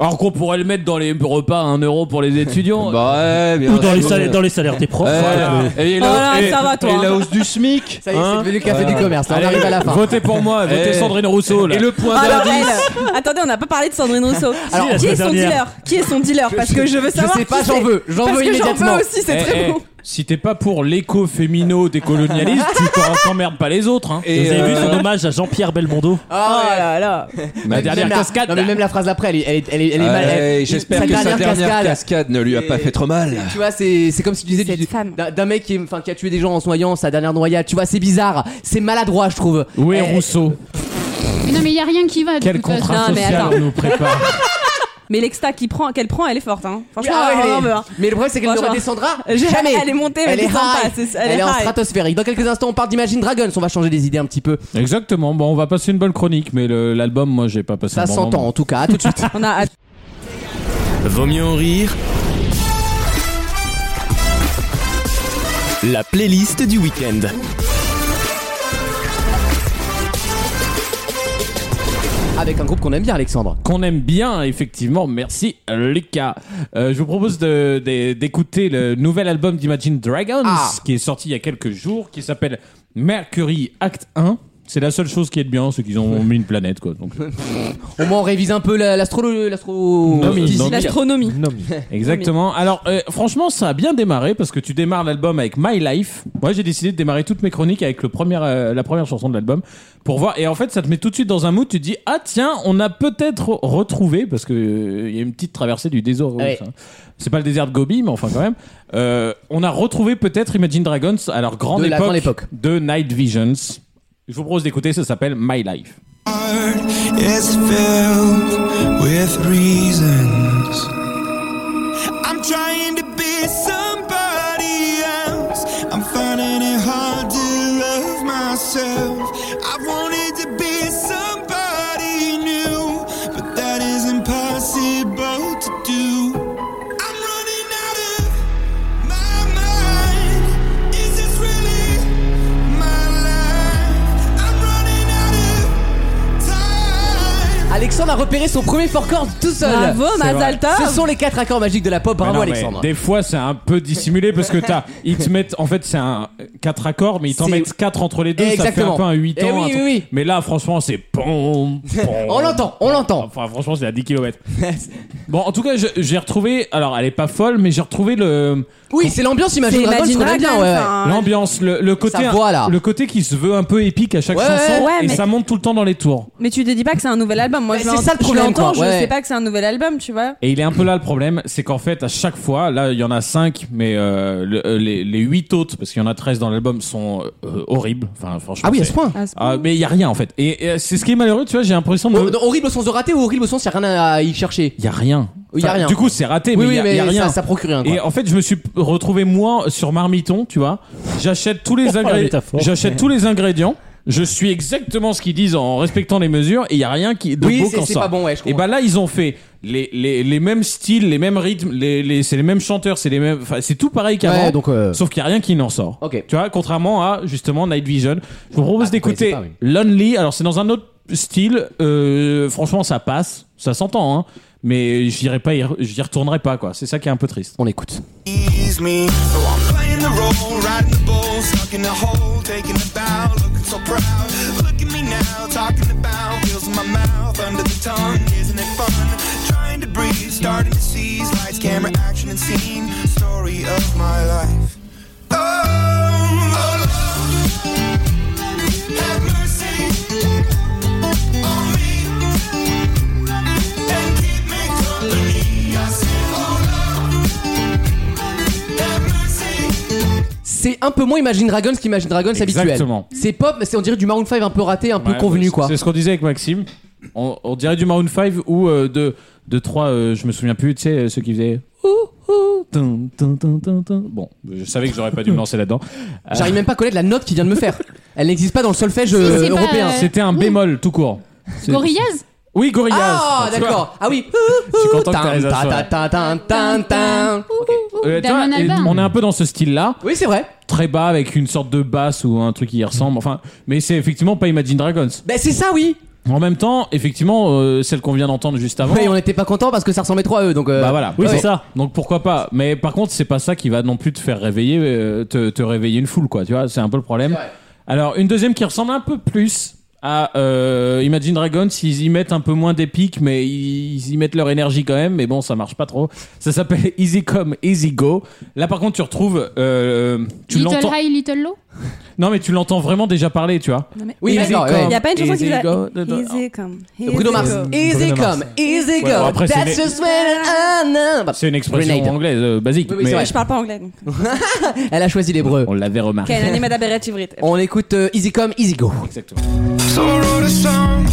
Speaker 4: Alors qu'on pourrait le mettre dans les repas à 1 euro pour les étudiants.
Speaker 5: Bah ouais, bien
Speaker 3: Ou dans les
Speaker 5: sûr.
Speaker 3: salaires, dans les salaires des profs.
Speaker 5: Ouais,
Speaker 3: voilà.
Speaker 5: Et la-
Speaker 6: Oh là,
Speaker 5: et-
Speaker 6: ça va, toi,
Speaker 5: et
Speaker 6: hein.
Speaker 5: la hausse du SMIC.
Speaker 2: Ça y est,
Speaker 5: hein.
Speaker 2: c'est devenu le café
Speaker 5: Euh,
Speaker 2: du commerce. là, on
Speaker 4: Allez,
Speaker 2: arrive à la fin.
Speaker 4: Votez pour moi, votez
Speaker 5: Eh.
Speaker 4: Sandrine Rousseau. là.
Speaker 5: Et le point
Speaker 6: Alors,
Speaker 5: d'indice.
Speaker 6: elle, Ah, attendez, on n'a pas parlé de Sandrine Rousseau.
Speaker 2: [LAUGHS]
Speaker 3: Alors, la
Speaker 6: qui est
Speaker 3: semaine
Speaker 6: son
Speaker 3: dernière.
Speaker 6: dealer Qui est son dealer Parce que je veux
Speaker 2: Je
Speaker 6: savoir.
Speaker 2: sais pas,
Speaker 6: qui
Speaker 2: j'en
Speaker 6: c'est.
Speaker 2: veux. J'en
Speaker 6: Parce
Speaker 2: veux
Speaker 6: que j'en
Speaker 2: immédiatement.
Speaker 6: veux aussi, c'est
Speaker 4: Eh,
Speaker 6: très
Speaker 4: eh,
Speaker 6: bon.
Speaker 4: Si t'es pas pour l'éco-fémino des colonialistes, tu t'en- t'emmerdes pas les autres. hein.
Speaker 5: Et,
Speaker 3: Vous avez vu
Speaker 5: euh,
Speaker 3: son hommage à Jean-Pierre Belmondo
Speaker 6: Oh
Speaker 2: Ah, ouais.
Speaker 6: là là.
Speaker 4: Ma dernière
Speaker 2: Même la-
Speaker 4: cascade.
Speaker 2: Non, mais même la phrase d'après, elle est, elle est, elle est- elle est mal.
Speaker 5: Ouais,
Speaker 2: elle-
Speaker 5: J'espère que sa dernière cascade, ne lui a pas fait trop mal.
Speaker 2: Tu vois, c'est c'est comme si tu disais
Speaker 6: Cette
Speaker 2: du-
Speaker 6: femme.
Speaker 2: d'un d'un mec qui, est- enfin, qui a tué des gens en se noyant, sa dernière noyade. Tu vois, c'est bizarre. C'est maladroit, je trouve.
Speaker 4: Où est
Speaker 2: Eh,
Speaker 4: Rousseau
Speaker 7: Mais non, mais il n'y a rien qui va. de
Speaker 4: Quel
Speaker 7: toute façon.
Speaker 4: contrat
Speaker 6: Non, mais
Speaker 4: social
Speaker 6: attends.
Speaker 4: on nous prépare
Speaker 6: Mais l'exta qu'il prend- qu'elle prend, elle est forte. Hein. Franchement,
Speaker 2: Ah ouais,
Speaker 6: on en
Speaker 2: elle est-
Speaker 6: meurt.
Speaker 2: Mais le problème, c'est qu'elle ne
Speaker 6: Franchement.
Speaker 2: redescendra
Speaker 6: Je-
Speaker 2: jamais.
Speaker 6: [LAUGHS] Elle est montée, mais
Speaker 2: elle est
Speaker 6: descend pas.
Speaker 2: high.
Speaker 6: C'est-
Speaker 2: Elle, est en
Speaker 6: high.
Speaker 2: stratosphérique. Dans quelques instants, on part d'Imagine Dragons. On va changer les idées un petit peu.
Speaker 4: Exactement. Bon, on va passer une bonne chronique, mais le- l'album, moi, j'ai pas passé.
Speaker 2: Ça
Speaker 4: un bon
Speaker 2: s'entend
Speaker 4: moment.
Speaker 2: en tout cas. À tout de
Speaker 4: [LAUGHS]
Speaker 2: suite.
Speaker 6: On a
Speaker 1: Vaut mieux en rire. La playlist du week-end.
Speaker 2: Avec un groupe qu'on aime bien, Alexandre.
Speaker 4: Qu'on aime bien, effectivement. Merci, Lucas. Euh, je vous propose de- de- d'écouter le nouvel album d'Imagine Dragons,
Speaker 2: Ah.
Speaker 4: qui est sorti il y a quelques jours, qui s'appelle Mercury Act 1. C'est la seule chose qui est de bien, c'est qu'ils ont mis une planète, quoi. Donc,
Speaker 2: Au moins, on révise un peu la- l'astrolo- l'astro.
Speaker 4: Nomi.
Speaker 2: physique.
Speaker 4: [LAUGHS] Nomi.
Speaker 6: L'astronomie.
Speaker 4: Exactement. Alors, euh, franchement, ça a bien démarré parce que tu démarres l'album avec My Life. Moi, j'ai décidé de démarrer toutes mes chroniques avec le premier, euh, la première chanson de l'album pour voir. Et en fait, ça te met tout de suite dans un mood. Tu te dis, ah tiens, on a peut-être re- retrouvé parce que euh, il y a une petite traversée du désert.
Speaker 2: Ouais.
Speaker 4: hein. C'est pas le désert de Gobi, mais enfin quand même. Euh, on a retrouvé peut-être Imagine Dragons à leur grande
Speaker 2: De la grande époque.
Speaker 4: de Night Visions. Je vous propose d'écouter. Ça s'appelle My Life.
Speaker 12: is filled with reasons. I'm trying to be somebody else. I'm finding it hard to love myself. I wanted to be somebody new, but that is impossible to do. I'm running out of my mind. Is this really my life? I'm running out of time.
Speaker 2: Alexandre a repéré son premier four chord tout seul.
Speaker 6: Bravo,
Speaker 2: C'est
Speaker 6: Mazalta.
Speaker 2: vrai. Ce sont les quatre accords magiques de la pop.
Speaker 4: Mais
Speaker 2: Bravo,
Speaker 4: non, mais
Speaker 2: Alexandre.
Speaker 4: Des fois, c'est un peu dissimulé parce
Speaker 2: [LAUGHS]
Speaker 4: que t'as, ils te mettent, en fait, c'est un quatre accords, mais ils t'en
Speaker 2: C'est-
Speaker 4: mettent quatre entre les deux.
Speaker 2: Exactement.
Speaker 4: Ça fait un peu un 8
Speaker 2: Eh
Speaker 4: ans.
Speaker 2: oui,
Speaker 4: un truc.
Speaker 2: oui, oui.
Speaker 4: Mais là, franchement, c'est pom, pom.
Speaker 2: [LAUGHS] On l'entend, on l'entend.
Speaker 4: Enfin, franchement, c'est à
Speaker 2: [LAUGHS]
Speaker 4: 10 km. bon, en tout cas, je- j'ai retrouvé, alors, elle est pas folle, mais j'ai retrouvé le,
Speaker 2: Oui, c'est l'ambiance Imagine
Speaker 6: C'est
Speaker 2: Dragons.
Speaker 6: Imagine
Speaker 2: très bien,
Speaker 6: Dragons,
Speaker 2: hein, ouais, ouais.
Speaker 6: enfin,
Speaker 4: l'ambiance, le, le côté,
Speaker 2: Ah, Sa voix, là.
Speaker 4: le côté qui se veut un peu épique à chaque
Speaker 2: Ouais,
Speaker 4: chanson.
Speaker 6: ouais,
Speaker 4: et
Speaker 6: mais-
Speaker 4: ça monte tout le temps dans les tours.
Speaker 6: Mais tu te dis pas que c'est un nouvel album. Moi,
Speaker 2: Mais
Speaker 6: je
Speaker 2: Bah, c'est
Speaker 6: l'ent-
Speaker 2: ça le problème,
Speaker 6: Je l'entends,
Speaker 2: quoi,
Speaker 6: je
Speaker 2: ouais.
Speaker 6: sais pas que c'est un nouvel album, tu vois.
Speaker 4: Et il est un peu là le problème, c'est qu'en fait, à chaque fois, là, il y en a 5, mais euh, le- euh, les, les 8 autres, parce qu'il y en a 13 dans l'album, sont euh, horribles. Enfin, franchement.
Speaker 2: Ah oui, à
Speaker 4: c'est-
Speaker 2: ce point.
Speaker 6: À ce
Speaker 4: Ah,
Speaker 6: point.
Speaker 4: mais il y a rien en fait. Et, et c'est ce qui est malheureux, tu vois, j'ai l'impression de.
Speaker 2: Oh, non, horrible au sens de raté ou horrible au sens, il n'y a rien à y chercher.
Speaker 4: Il y a rien.
Speaker 2: Il y a rien.
Speaker 4: Du coup, c'est raté,
Speaker 2: oui,
Speaker 4: mais il
Speaker 2: oui,
Speaker 4: y a- il
Speaker 2: mais
Speaker 4: y, a rien.
Speaker 2: Ça, ça procure rien. quoi.
Speaker 4: Et en fait, je me suis p- retrouvé moi sur Marmiton, tu vois. J'achète tous les
Speaker 3: Oh, la
Speaker 4: ingrédients.
Speaker 3: métaphore.
Speaker 4: J'achète tous les ingrédients. Je suis exactement ce qu'ils disent en respectant les mesures et il y a rien qui de
Speaker 2: Oui,
Speaker 4: beau
Speaker 2: c'est-
Speaker 4: qu'en
Speaker 2: c'est
Speaker 4: ça.
Speaker 2: pas bon, ouais, je
Speaker 4: et bah là, ils ont fait les, les, les mêmes styles, les mêmes rythmes, les, les- c'est les mêmes chanteurs, c'est les mêmes, enfin, c'est tout pareil qu'avant.
Speaker 2: Ouais, donc, euh,
Speaker 4: Sauf qu'il y a rien qui n'en sort.
Speaker 2: Ok.
Speaker 4: Tu vois, contrairement à justement Night Vision. Je vous propose
Speaker 2: Ah,
Speaker 4: d'écouter
Speaker 2: vous connaissez
Speaker 4: Lonely. Alors c'est dans un autre style. Euh, franchement, ça passe, ça s'entend, hein. Mais j'irai pas, y re- j'y retournerai pas quoi. C'est ça qui est un peu triste.
Speaker 2: On écoute.
Speaker 12: Ease me. So I'm playing the role, riding the bull, stuck in the hole, taking a bow, looking so proud. Look at me now, talking about feels in my mouth, under the tongue, isn't it fun? Trying to breathe, starting to seize lights, camera, action, and scene. Story of my life. Oh, oh Lord, have mercy on me and keep me company. I say, oh Lord.
Speaker 2: C'est un peu moins Imagine Dragons qu'Imagine Dragons habituel.
Speaker 4: Exactement.
Speaker 2: C'est pop, mais c'est on dirait du Maroon 5 un peu raté, un peu
Speaker 4: Ouais,
Speaker 2: convenu
Speaker 4: c'est-
Speaker 2: quoi.
Speaker 4: C'est ce qu'on disait avec Maxime. On, on dirait du Maroon 5 ou euh, de, de trois, euh, je me souviens plus, tu sais, euh, ceux qui faisaient. Ouh, ouh, tin, tin, tin, tin, tin. Bon, je savais que j'aurais pas dû me lancer là-dedans. Euh,
Speaker 2: J'arrive même pas à connaître la note qu'il vient de me faire. Elle n'existe pas dans le solfège [LAUGHS] euh,
Speaker 7: c'est pas,
Speaker 2: européen.
Speaker 7: euh,
Speaker 4: C'était un bémol tout court. C'est-
Speaker 7: Gorillaz
Speaker 4: Oui, Gorillaz.
Speaker 2: Ah
Speaker 4: Tu vois,
Speaker 2: d'accord. Ah oui.
Speaker 4: Je suis content que t'aies
Speaker 2: Tin,
Speaker 4: raison,
Speaker 2: tin,
Speaker 4: ouais.
Speaker 2: tin, tin, tin, tin.
Speaker 4: Euh, tu
Speaker 7: Damon
Speaker 4: vois, et
Speaker 7: Albarn.
Speaker 4: on est un peu dans ce style-là,
Speaker 2: Oui c'est vrai.
Speaker 4: très bas avec une sorte de basse ou un truc qui y ressemble. Enfin, mais c'est effectivement pas Imagine Dragons.
Speaker 2: Ben c'est ça oui.
Speaker 4: En même temps, effectivement, euh, celle qu'on vient d'entendre juste avant.
Speaker 2: Mais on n'était pas content parce que ça ressemblait trop à eux donc. euh,
Speaker 4: Bah voilà.
Speaker 3: Oui,
Speaker 4: Ouais.
Speaker 3: c'est ça.
Speaker 4: Donc pourquoi pas Mais par contre, c'est pas ça qui va non plus te faire réveiller, euh, te, te réveiller une foule, quoi. Tu vois, c'est un peu le problème. Alors une deuxième qui ressemble un peu plus à euh, Imagine Dragons, ils y mettent un peu moins d'épique, mais ils, ils y mettent leur énergie quand même. Mais bon, ça marche pas trop. Ça s'appelle [LAUGHS] Easy Come, Easy Go. Là, par contre, tu retrouves, euh, tu
Speaker 7: Little
Speaker 4: l'entends.
Speaker 7: High, Little Low
Speaker 4: Non, mais tu l'entends vraiment déjà parler, tu vois.
Speaker 6: Non, mais-
Speaker 2: Oui,
Speaker 6: Il y a-
Speaker 2: d'accord, ouais.
Speaker 6: Il y a pas une chanson qui
Speaker 4: Easy
Speaker 6: va.
Speaker 4: go, da, da.
Speaker 6: Easy come.
Speaker 2: Bruno
Speaker 6: easy
Speaker 2: Mars.
Speaker 6: go.
Speaker 2: Easy
Speaker 4: Bruno Mars.
Speaker 2: come, easy go.
Speaker 4: Ouais, bon, après, c'est
Speaker 2: That's
Speaker 4: né-
Speaker 2: just when I know. Bah,
Speaker 4: C'est une expression
Speaker 2: Grenade.
Speaker 4: anglaise euh, basique,
Speaker 2: Oui, oui,
Speaker 4: mais
Speaker 2: c'est vrai.
Speaker 6: Je parle pas anglais. donc.
Speaker 2: Elle a choisi l'hébreu.
Speaker 4: on l'avait remarqué.
Speaker 6: Quelle année, Madame Beret Ivrit
Speaker 2: On écoute
Speaker 4: Ah,
Speaker 2: euh, Easy Come, Easy Go.
Speaker 4: Exactement.
Speaker 12: So I wrote a song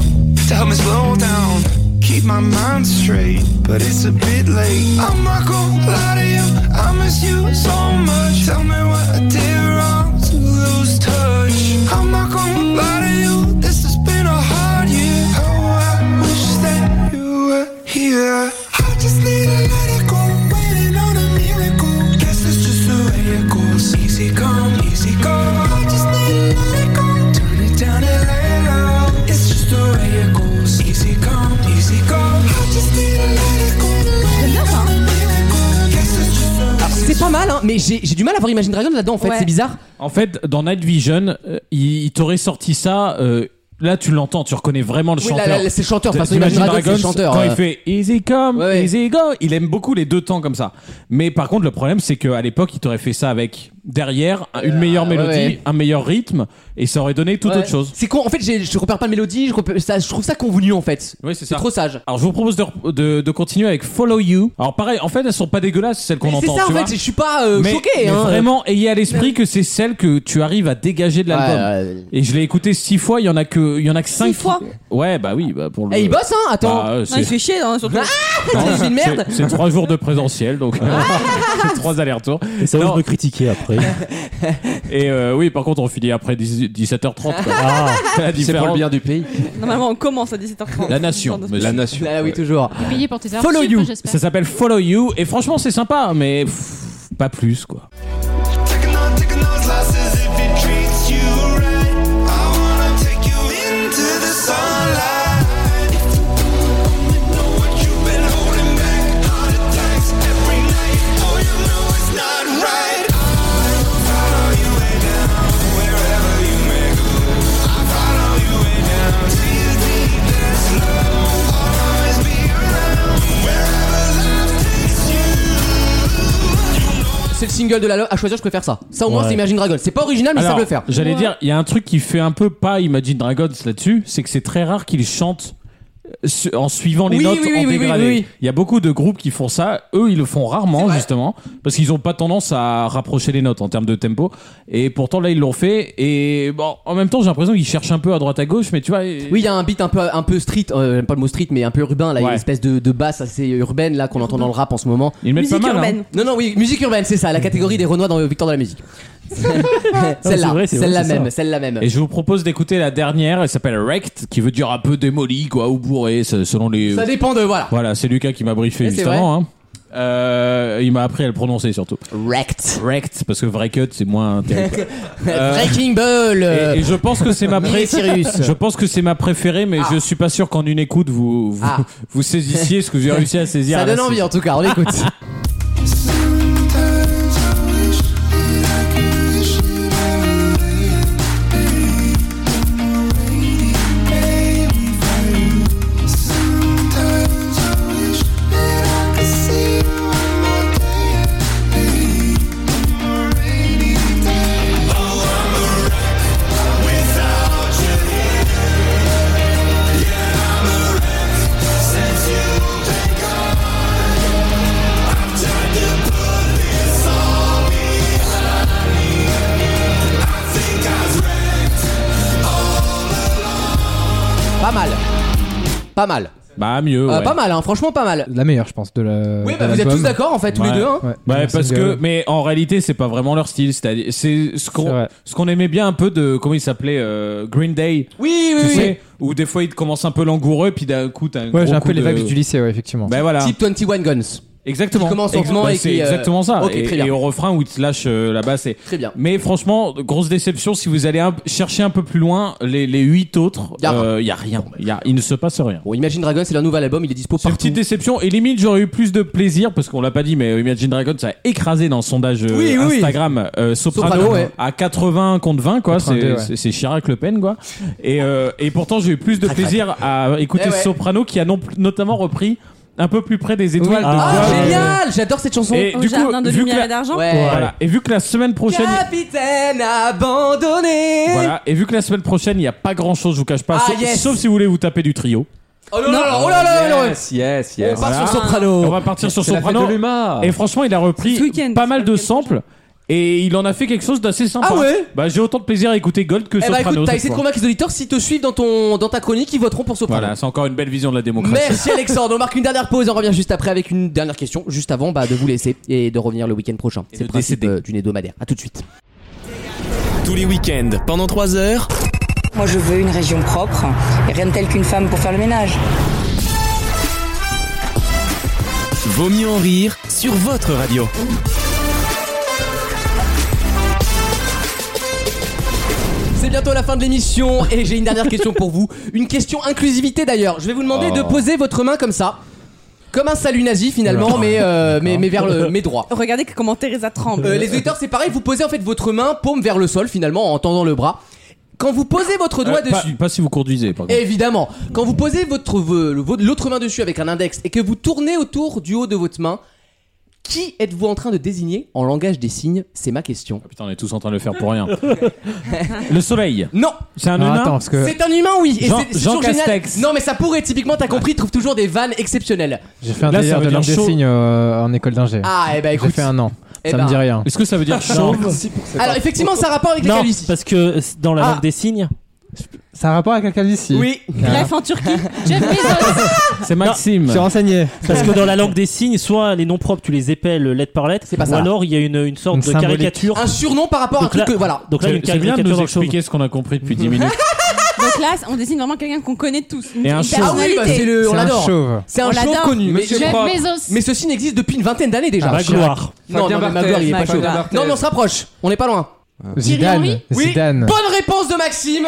Speaker 12: to help me slow down. keep my mind straight, but it's a bit late. I'm not gonna lie to you, I miss you so much. Tell me what I did wrong to lose touch. I'm not gonna lie to you, this has been a hard year. Oh, I wish that you were here. I just need to let it go, waiting on a miracle. Guess it's just the way it goes. Easy come, easy go. I just need to let it go, turn it down and let it out. It's just the way it goes. Easy come, easy go. I just need to let it go, waiting on a miracle. Guess it's just the
Speaker 2: Alors, c'est pas mal, hein, mais j'ai j'ai du mal à voir Imagine Dragons là-dedans en fait,
Speaker 6: Ouais.
Speaker 2: c'est bizarre.
Speaker 4: En fait, dans Night Vision, euh, il, il t'aurait sorti ça. euh, Là, tu l'entends, tu reconnais vraiment le
Speaker 2: Oui, là,
Speaker 4: chanteur.
Speaker 2: là, là, c'est le chanteur,
Speaker 4: De-
Speaker 2: parce que
Speaker 4: d'Imagine
Speaker 2: Imagine Dragons, c'est le chanteur,
Speaker 4: Quand
Speaker 2: euh.
Speaker 4: il fait Easy come, easy go, il aime beaucoup les deux temps comme ça. Mais par contre, le problème, c'est qu'à l'époque, il t'aurait fait ça avec derrière une meilleure
Speaker 2: Euh, ouais,
Speaker 4: mélodie,
Speaker 2: ouais.
Speaker 4: un meilleur rythme, et ça aurait donné tout
Speaker 2: Ouais.
Speaker 4: autre chose.
Speaker 2: C'est con, en fait, j'ai- je repère pas de mélodie, je, repère- ça, je trouve ça convenu en fait.
Speaker 4: Oui, c'est
Speaker 2: ça. trop sage.
Speaker 4: Alors, je vous propose de, rep- de- de continuer avec Follow You. Alors, pareil, en fait, elles sont pas dégueulasses, celles qu'on
Speaker 2: Mais
Speaker 4: entend.
Speaker 2: c'est ça
Speaker 4: tu
Speaker 2: en
Speaker 4: vois.
Speaker 2: fait, je suis pas euh,
Speaker 4: mais,
Speaker 2: choqué.
Speaker 4: mais
Speaker 2: hein.
Speaker 4: vraiment, ayez à l'esprit que c'est celle que tu arrives à dégager de l'album.
Speaker 2: Ouais, ouais.
Speaker 4: Et je l'ai écouté six fois, il y en a que, il y en a que cinq.
Speaker 6: fois
Speaker 4: Ouais, bah oui, bah pour le.
Speaker 2: Eh, il bosse, hein, attends.
Speaker 4: Bah, euh,
Speaker 6: Non, il
Speaker 4: c'est-
Speaker 6: se fait chier, hein, surtout.
Speaker 2: Ah
Speaker 4: Non,
Speaker 2: [LAUGHS] c'est une merde.
Speaker 4: C'est trois jours de présentiel, donc euh, [LAUGHS] c'est trois allers-retours.
Speaker 3: Et ça ose
Speaker 4: Non,
Speaker 3: me critiquer après.
Speaker 4: Et euh, oui, par contre, on finit après 10 17h30. quoi. C'est [LAUGHS] la
Speaker 5: C'est pour le
Speaker 4: différence.
Speaker 5: bien du pays.
Speaker 6: Normalement, on commence à 17h30.
Speaker 4: La nation. La nation.
Speaker 2: Ah oui, toujours.
Speaker 7: Payé pour tes heures
Speaker 4: Follow
Speaker 7: sup,
Speaker 4: You.
Speaker 7: j'espère.
Speaker 4: Ça s'appelle Follow You. Et franchement, c'est sympa, mais pff, pas plus, quoi.
Speaker 12: Taking on, taking those losses if it treats you right. I wanna take you into the sunlight. If you know what you've been holding back, heart attacks every night. Oh, you know it's not right. I follow you way down, wherever you may go. I follow you way down to your deepest low. I'll always be around wherever life takes you. You know
Speaker 2: C'est le single de la love, à choisir, je préfère ça. Ça au moins,
Speaker 4: Ouais.
Speaker 2: c'est Imagine Dragons. C'est pas original, mais ça
Speaker 4: Alors,
Speaker 2: savent le faire.
Speaker 4: J'allais dire, il y a un truc qui fait un peu pas Imagine Dragons là-dessus, c'est que c'est très rare qu'ils chantent euh, su- en suivant les
Speaker 2: Oui,
Speaker 4: notes
Speaker 2: oui, oui,
Speaker 4: en
Speaker 2: oui, oui,
Speaker 4: dégradé.
Speaker 2: oui, oui.
Speaker 4: Il y a beaucoup de groupes qui font ça. Eux, ils le font rarement justement parce qu'ils ont pas tendance à rapprocher les notes en termes de tempo. Et pourtant là, ils l'ont fait. Et bon, en même temps, j'ai l'impression qu'ils cherchent un peu à droite à gauche, mais tu vois. et-
Speaker 2: Oui, il y a un beat un peu, un peu street, euh, j'aime pas le mot street, mais un peu urbain. Là, il y a
Speaker 4: Ouais.
Speaker 2: une espèce de, de basse assez urbaine là qu'on entend dans le rap en ce moment.
Speaker 4: Ils mettent
Speaker 6: Musique
Speaker 4: pas mal. hein.
Speaker 6: urbaine.
Speaker 2: Non, non, oui, musique urbaine, c'est ça, la catégorie des Renois dans euh, Victor de la musique. [LAUGHS]
Speaker 3: c'est
Speaker 2: celle-là,
Speaker 3: vrai, c'est vrai,
Speaker 2: celle-là
Speaker 3: c'est ça.
Speaker 2: même, celle-là même.
Speaker 4: Et je vous propose d'écouter la dernière. Elle s'appelle Wrecked, qui veut dire un peu démoli, quoi, ou bourré, se- selon les.
Speaker 2: Ça dépend de voilà.
Speaker 4: Voilà, c'est Lucas qui m'a briefé
Speaker 2: Et
Speaker 4: juste
Speaker 2: c'est
Speaker 4: avant. hein. Euh, il m'a appris à le prononcer surtout.
Speaker 2: Wrecked.
Speaker 4: Wrecked, parce que vrai cut, c'est moins terrible. Euh,
Speaker 2: Breaking Ball. euh,
Speaker 4: [LAUGHS] Et, et je pense que c'est ma
Speaker 2: Miley
Speaker 4: préférée.
Speaker 2: Cyrus.
Speaker 4: Je pense que c'est ma préférée, mais je suis pas sûr qu'en une écoute vous vous,
Speaker 2: Ah.
Speaker 4: [LAUGHS] vous saisissiez ce que j'ai réussi à
Speaker 2: [LAUGHS]
Speaker 4: saisir.
Speaker 2: Ça
Speaker 4: à la
Speaker 2: donne envie
Speaker 4: saison.
Speaker 2: en tout cas, on écoute.
Speaker 4: [LAUGHS]
Speaker 12: Sometimes I wish that I could wish it away. Baby, baby. Sometimes I wish that I could see you one more day. One more rainy day. Oh, I'm a wreck without you here. Yeah, I'm a wreck since you've been gone. I'm trying to put this all behind me. I think I was wrecked all
Speaker 2: Pas mal. Pas mal.
Speaker 4: Bah mieux.
Speaker 2: Euh,
Speaker 4: ouais.
Speaker 2: Pas mal, hein, franchement pas mal.
Speaker 8: La meilleure, je pense, de la.
Speaker 2: Oui,
Speaker 8: de
Speaker 2: bah vous êtes
Speaker 8: l'album.
Speaker 2: tous d'accord en fait, tous les
Speaker 4: Ouais.
Speaker 2: deux. Hein.
Speaker 8: Ouais.
Speaker 4: Ouais,
Speaker 8: Ouais,
Speaker 4: parce
Speaker 8: c'est
Speaker 4: que,
Speaker 8: vrai.
Speaker 4: mais en réalité, c'est pas vraiment leur style. C'est-à-dire, c'est ce
Speaker 8: C'est
Speaker 4: qu'on,
Speaker 8: vrai.
Speaker 4: ce qu'on aimait bien un peu de, comment il s'appelait, euh, Green Day.
Speaker 2: Oui, oui,
Speaker 4: tu
Speaker 2: oui.
Speaker 4: sais, où des fois il commence un peu langoureux, puis d'un coup t'as un
Speaker 8: Ouais,
Speaker 4: gros
Speaker 8: j'ai un
Speaker 4: coup
Speaker 8: peu les
Speaker 4: de-
Speaker 8: vibes du lycée, ouais,
Speaker 5: Bah,
Speaker 8: effectivement.
Speaker 4: Ben voilà.
Speaker 2: Type 21 Guns.
Speaker 4: Exactement.
Speaker 2: Qui commence lentement
Speaker 4: Bah,
Speaker 2: et
Speaker 4: c'est
Speaker 2: qui, euh,
Speaker 4: exactement ça.
Speaker 2: ok,
Speaker 4: et,
Speaker 2: très bien.
Speaker 4: et au refrain où il te lâche euh, la basse. Et...
Speaker 2: Très bien.
Speaker 4: Mais franchement, grosse déception si vous allez un- chercher un peu plus loin, les, les huit autres,
Speaker 2: Y a rien. bah,
Speaker 4: euh, y a rien. Y a- il ne se passe rien.
Speaker 2: Bon, Imagine Dragons, c'est leur nouvel album, il est dispo
Speaker 4: C'est une
Speaker 2: partout.
Speaker 4: petite déception et limite j'aurais eu plus de plaisir parce qu'on l'a pas dit mais euh, Imagine Dragons ça a écrasé dans le sondage euh,
Speaker 2: Oui, oui, oui.
Speaker 4: Instagram euh, Soprano,
Speaker 2: Soprano, ouais.
Speaker 4: à 80 contre 20 quoi
Speaker 8: 82,
Speaker 4: c'est
Speaker 8: ouais.
Speaker 4: c'est- c'est Chirac Le Pen quoi et, euh, et pourtant j'ai eu plus de
Speaker 2: Crac, crac.
Speaker 4: plaisir à écouter
Speaker 2: Eh ouais.
Speaker 4: Soprano qui a non- notamment repris un peu plus près des étoiles de
Speaker 2: Ah,
Speaker 4: Guava.
Speaker 2: génial J'adore cette chanson.
Speaker 4: Et
Speaker 6: Au
Speaker 4: du coup,
Speaker 6: jardin de
Speaker 4: vu que
Speaker 6: lumière
Speaker 4: la-
Speaker 6: et d'argent
Speaker 2: Ouais.
Speaker 4: Voilà. Et vu que la semaine prochaine
Speaker 2: Capitaine abandonné.
Speaker 4: voilà et vu que la semaine prochaine il n'y a pas grand chose je vous cache pas
Speaker 2: Ah,
Speaker 4: sauf,
Speaker 2: yes.
Speaker 4: sauf si vous voulez vous taper du trio
Speaker 2: Oh là là, oh là là, oh là là.
Speaker 5: Yes, yes, yes.
Speaker 2: On part
Speaker 4: Voilà.
Speaker 2: sur Soprano.
Speaker 4: on va partir sur
Speaker 5: C'est la fête
Speaker 4: Soprano
Speaker 5: de l'humain.
Speaker 4: Et franchement, il a
Speaker 6: C'est ce
Speaker 4: repris
Speaker 6: week-end,
Speaker 4: pas
Speaker 6: c'est
Speaker 4: mal
Speaker 6: pas
Speaker 4: de
Speaker 6: le week-end
Speaker 4: samples. Et il en a fait quelque chose d'assez sympa.
Speaker 2: Ah ouais
Speaker 4: Bah j'ai autant de plaisir à écouter Gold que
Speaker 2: Eh bah
Speaker 4: Soprano.
Speaker 2: écoute, t'as
Speaker 4: cette
Speaker 2: essayé de
Speaker 4: fois.
Speaker 2: convaincre les auditeurs, s'ils te suivent dans, ton, dans ta chronique, ils voteront pour Soprano.
Speaker 4: Voilà, c'est encore une belle vision de la démocratie.
Speaker 2: Merci Alexandre, on marque une dernière pause, on revient juste après avec une dernière question, juste avant bah, de vous laisser et de revenir le week-end prochain. C'est le principe euh, d'une hebdomadaire. À tout de suite.
Speaker 1: Tous les week-ends, pendant 3 heures.
Speaker 13: Moi, je veux une région propre et rien de tel qu'une femme pour faire le ménage.
Speaker 1: Vaut mieux en rire sur votre radio.
Speaker 2: C'est bientôt la fin de l'émission [LAUGHS] et j'ai une dernière question pour vous. Une question inclusivité d'ailleurs. Je vais vous demander
Speaker 10: Oh.
Speaker 2: de poser votre main comme ça. Comme un salut nazi finalement, mais, euh, mais, mais vers le mais [LAUGHS] droit.
Speaker 6: Regardez comment Teresa tremble.
Speaker 2: Euh, les auditeurs, c'est pareil, vous posez en fait votre main, paume vers le sol finalement, en tendant le bras. Quand vous posez votre doigt
Speaker 4: Euh, pas-
Speaker 2: dessus,
Speaker 4: Pas, si vous conduisez, par contre.
Speaker 2: évidemment, quand vous posez votre vo- le- votre- l'autre main dessus avec un index et que vous tournez autour du haut de votre main, qui êtes-vous en train de désigner en langage des signes C'est ma question.
Speaker 4: Putain, on est tous en train de le faire pour rien. [LAUGHS] le soleil.
Speaker 2: Non.
Speaker 4: C'est un
Speaker 8: Ah,
Speaker 2: Non,
Speaker 4: humain.
Speaker 2: attends, parce
Speaker 5: Euh,
Speaker 2: que- C'est un humain, oui. Et
Speaker 4: Jean,
Speaker 2: c'est- c'est
Speaker 4: Jean
Speaker 2: toujours génial.
Speaker 4: Castex.
Speaker 2: Non, mais ça pourrait. Typiquement, t'as compris, trouve toujours des vannes exceptionnelles.
Speaker 8: J'ai fait un
Speaker 4: Là, ça
Speaker 8: délire
Speaker 4: veut
Speaker 8: de
Speaker 4: dire
Speaker 8: langue des
Speaker 4: chaud.
Speaker 8: signes euh, en école d'ingé.
Speaker 2: Ah, eh ben, écoute.
Speaker 8: J'ai fait un an.
Speaker 2: Eh
Speaker 8: ça
Speaker 2: ben.
Speaker 8: me dit rien.
Speaker 4: Est-ce que ça veut dire
Speaker 8: chauve
Speaker 2: Alors, effectivement, ça a rapport avec la
Speaker 8: Non,
Speaker 2: calvitie.
Speaker 8: parce que dans
Speaker 2: la Ah.
Speaker 8: langue des signes. Ça a rapport avec la calvitie
Speaker 2: Oui.
Speaker 6: Bref,
Speaker 2: [LAUGHS]
Speaker 6: en Turquie, Jeff Bezos.
Speaker 4: C'est Maxime.
Speaker 8: Je suis renseigné.
Speaker 14: Parce que dans la langue des signes, soit les noms propres, tu les épelles lettre par lettre,
Speaker 2: pas
Speaker 14: ou
Speaker 2: ça.
Speaker 14: alors il y a une, une sorte
Speaker 8: Une
Speaker 14: de
Speaker 8: symbolique.
Speaker 14: caricature.
Speaker 2: Un surnom par rapport à un
Speaker 14: Donc
Speaker 2: truc
Speaker 14: là-
Speaker 2: que. Voilà.
Speaker 14: Donc là,
Speaker 4: C'est-
Speaker 14: une
Speaker 4: c'est bien de
Speaker 14: caricature
Speaker 4: nous
Speaker 14: dans le chauve.
Speaker 4: expliquer ce qu'on a compris depuis 10 minutes.
Speaker 14: [LAUGHS]
Speaker 6: Donc là, on dessine vraiment quelqu'un qu'on connaît tous. Une-
Speaker 4: Et un
Speaker 6: une
Speaker 4: chauve.
Speaker 2: Ah oui, bah,
Speaker 6: personnalité.
Speaker 2: c'est le. On l'adore. C'est un
Speaker 6: On
Speaker 2: chauve
Speaker 6: l'adore.
Speaker 2: connu. Mais,
Speaker 6: Monsieur Proc. Jeff Bezos.
Speaker 2: mais ceci n'existe depuis une vingtaine d'années déjà.
Speaker 14: Ah,
Speaker 4: bah,
Speaker 14: Magloire.
Speaker 2: Non, non,
Speaker 5: Fabien
Speaker 2: mais
Speaker 5: Barthez,
Speaker 2: Magloire, il est pas
Speaker 5: Fabien
Speaker 2: chauve.
Speaker 5: Barthez.
Speaker 2: Non, mais on se rapproche. On n'est pas loin.
Speaker 8: Zidane.
Speaker 2: Oui,
Speaker 8: Zidane.
Speaker 5: Ah,
Speaker 2: bonne réponse de Maxime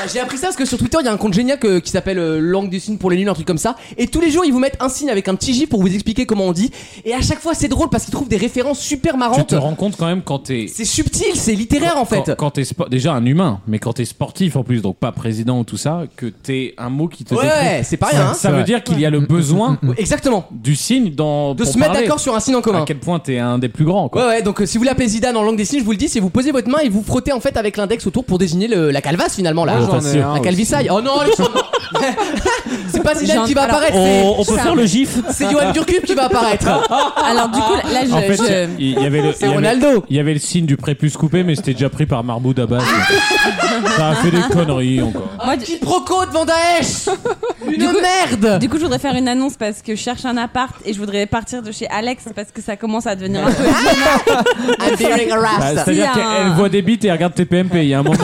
Speaker 2: Ah, j'ai appris ça parce que sur Twitter il y a un compte génial que- qui s'appelle euh, Langue des signes pour les nuls, un truc comme ça. Et tous les jours ils vous mettent un signe avec un petit gif pour vous expliquer comment on dit. Et à chaque fois c'est drôle parce qu'ils trouvent des références super
Speaker 4: Tu
Speaker 2: marrantes.
Speaker 4: te rends compte quand même quand t'es.
Speaker 2: C'est subtil, c'est littéraire en fait.
Speaker 4: Quand, quand t'es spo- déjà un humain, mais quand t'es sportif en plus, donc pas président ou tout ça, que t'es un mot qui te.
Speaker 2: Ouais,
Speaker 4: décrit.
Speaker 2: c'est pas
Speaker 4: Ça-
Speaker 2: rien, hein.
Speaker 4: Ça
Speaker 2: Ouais.
Speaker 4: veut dire qu'il y a
Speaker 2: [LAUGHS]
Speaker 4: le besoin.
Speaker 2: Exactement.
Speaker 4: Du signe dans.
Speaker 2: De
Speaker 4: pour
Speaker 2: se mettre
Speaker 4: parler.
Speaker 2: d'accord sur un signe en commun.
Speaker 4: À quel point t'es un des plus grands, quoi.
Speaker 2: Ouais ouais donc euh, si vous l'appelez Zidane en langue des signes je vous le dis si vous posez votre main et vous frottez en fait avec l'index autour pour désigner le- la calvasse finalement là
Speaker 14: Ah, j'en ai
Speaker 2: la
Speaker 14: un aussi.
Speaker 2: calvisaille oh non Alexandre [LAUGHS] non. c'est pas Zidane
Speaker 6: J'en-
Speaker 2: qui va
Speaker 6: alors,
Speaker 2: apparaître c'est-
Speaker 14: On, on peut
Speaker 2: c'est-
Speaker 14: faire le gif
Speaker 2: c'est Johan Durcup qui va apparaître
Speaker 4: [LAUGHS]
Speaker 6: Alors, du coup, là, je.
Speaker 4: En fait,
Speaker 6: je-
Speaker 4: il y- il y avait le.
Speaker 2: C'est
Speaker 4: il y avait-
Speaker 2: Ronaldo.
Speaker 4: Il y avait le signe du prépuce coupé, mais c'était déjà pris par
Speaker 2: [LAUGHS]
Speaker 4: Marmoud Abbas. ça a fait des conneries encore.
Speaker 6: Moi,
Speaker 2: Petite proco devant
Speaker 4: [LAUGHS]
Speaker 2: Daesh Une merde
Speaker 6: Du coup, je voudrais faire une annonce parce que je cherche un appart et je voudrais partir de chez Alex parce que ça commence à devenir un peu.
Speaker 2: I'm
Speaker 4: [LAUGHS]
Speaker 2: being harassed.
Speaker 4: Bah,
Speaker 6: S'il y
Speaker 4: C'est-à-dire
Speaker 6: a un-
Speaker 4: qu'elle voit des bites et elle regarde TPMP. Il y a un
Speaker 6: [LAUGHS]
Speaker 4: moment.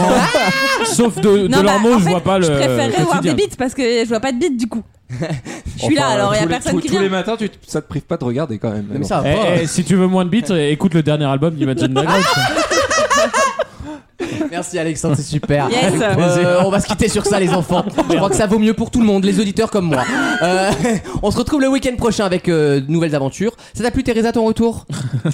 Speaker 4: Sauf de, de
Speaker 6: Non,
Speaker 4: leurs
Speaker 6: bah,
Speaker 4: mots,
Speaker 6: en
Speaker 4: je
Speaker 6: fait,
Speaker 4: vois pas le.
Speaker 6: Je préférerais voir
Speaker 4: quotidien.
Speaker 6: des bites parce que je vois pas de bites du coup. Je suis là, alors il y a
Speaker 5: tous les-
Speaker 6: personne
Speaker 5: tous-
Speaker 6: qui
Speaker 5: Tous les
Speaker 6: vient.
Speaker 5: matins, tu, ça te prive pas de regarder quand même.
Speaker 2: ça va
Speaker 4: Eh,
Speaker 2: pas.
Speaker 4: eh, si tu veux moins de beats, eh, écoute le dernier album d'Imagine Dragons.
Speaker 6: Ah,
Speaker 2: hein. Merci Alexandre, c'est super.
Speaker 4: eh,
Speaker 6: Yes.
Speaker 2: Euh,
Speaker 6: Plaisir.
Speaker 2: on va se quitter sur ça les
Speaker 4: [LAUGHS]
Speaker 2: enfants. Je crois que ça vaut mieux pour tout le monde, les auditeurs comme moi. Euh, [LAUGHS] on se retrouve le week-end prochain avec euh, de nouvelles aventures. Ça t'a plu Teresa ton
Speaker 4: [LAUGHS]
Speaker 2: retour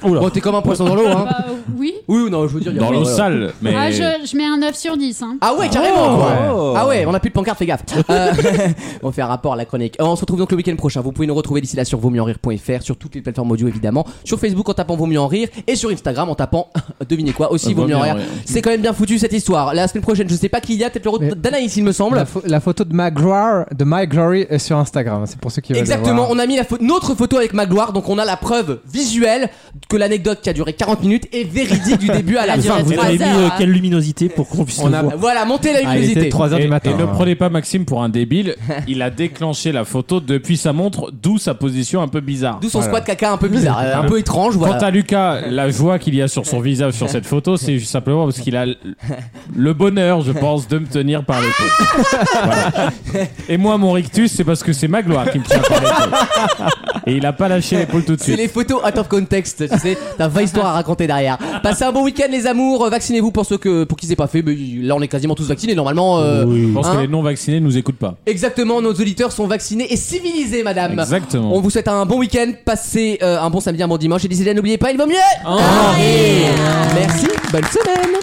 Speaker 2: Bon t'es comme un poisson dans l'eau hein.
Speaker 7: Bah, oui.
Speaker 2: Oui ou non je veux dire. il y a
Speaker 4: Dans
Speaker 2: pas-
Speaker 4: l'eau
Speaker 2: ouais.
Speaker 4: sale, mais.
Speaker 7: Ah, je, je mets un 9 sur 10. Hein.
Speaker 2: Ah ouais carrément
Speaker 4: Oh.
Speaker 2: quoi.
Speaker 4: Ouais.
Speaker 2: Ah ouais on a plus de pancarte fais gaffe. Euh, [LAUGHS] on fait un rapport à la chronique. Euh, On se retrouve donc le week-end prochain. Vous pouvez nous retrouver d'ici là sur vaumieuxenrire.fr, sur toutes les plateformes audio évidemment, sur Facebook en tapant vaut mieux en rire et sur Instagram en tapant [LAUGHS] devinez quoi aussi
Speaker 4: Euh,
Speaker 2: vaut mieux en rire. C'est quand même bien foutu cette histoire. La semaine prochaine je sais pas qui il y a peut-être le retour
Speaker 8: Mais-
Speaker 2: d'Anaïs il me semble.
Speaker 8: La, pho- la photo de McGraw, de Mike Glory est sur Instagram. C'est pour ceux qui veulent la
Speaker 2: Exactement,
Speaker 8: voir.
Speaker 2: on a mis la photo- notre photo avec Magloire, donc on a la preuve visuelle que l'anecdote qui a duré 40 minutes est véridique du début
Speaker 3: Ah,
Speaker 2: à la
Speaker 14: Enfin,
Speaker 2: fin.
Speaker 14: vous
Speaker 2: Voilà.
Speaker 14: avez mis euh, quelle luminosité pour qu'on puisse
Speaker 2: On
Speaker 14: le
Speaker 2: a-
Speaker 14: voir
Speaker 2: Voilà, montez
Speaker 8: Ah,
Speaker 2: la luminosité.
Speaker 4: et, Et ne
Speaker 14: hein.
Speaker 4: prenez pas Maxime pour un débile. Il a déclenché la photo depuis sa montre, d'où sa position un peu bizarre.
Speaker 2: D'où son squat caca un peu bizarre, euh, un peu étrange. Voilà.
Speaker 4: Quant à Lucas, la joie qu'il y a sur son visage sur cette photo, c'est juste simplement parce qu'il a l- le bonheur, je pense, de me tenir par l'épaule. Voilà. Et moi, mon rictus, c'est parce que c'est ma gloire qui me tient par l'épaule. Et il a pas lâché l'épaule tout de
Speaker 2: C'est
Speaker 4: suite.
Speaker 2: les photos out of context, tu sais, t'as 20 histoires à raconter derrière. Passez un bon week-end les amours, euh, vaccinez-vous pour ceux que pour qui c'est pas fait, mais là on est quasiment tous vaccinés normalement. euh,
Speaker 4: Je pense
Speaker 2: hein.
Speaker 4: que les non vaccinés nous écoutent pas.
Speaker 2: Exactement, nos auditeurs sont vaccinés et civilisés, madame.
Speaker 4: Exactement.
Speaker 2: Ah bah, On vous souhaite un bon week-end, passez euh, un bon samedi, un bon dimanche et d'ici là n'oubliez pas, il vaut mieux. Merci, bonne semaine.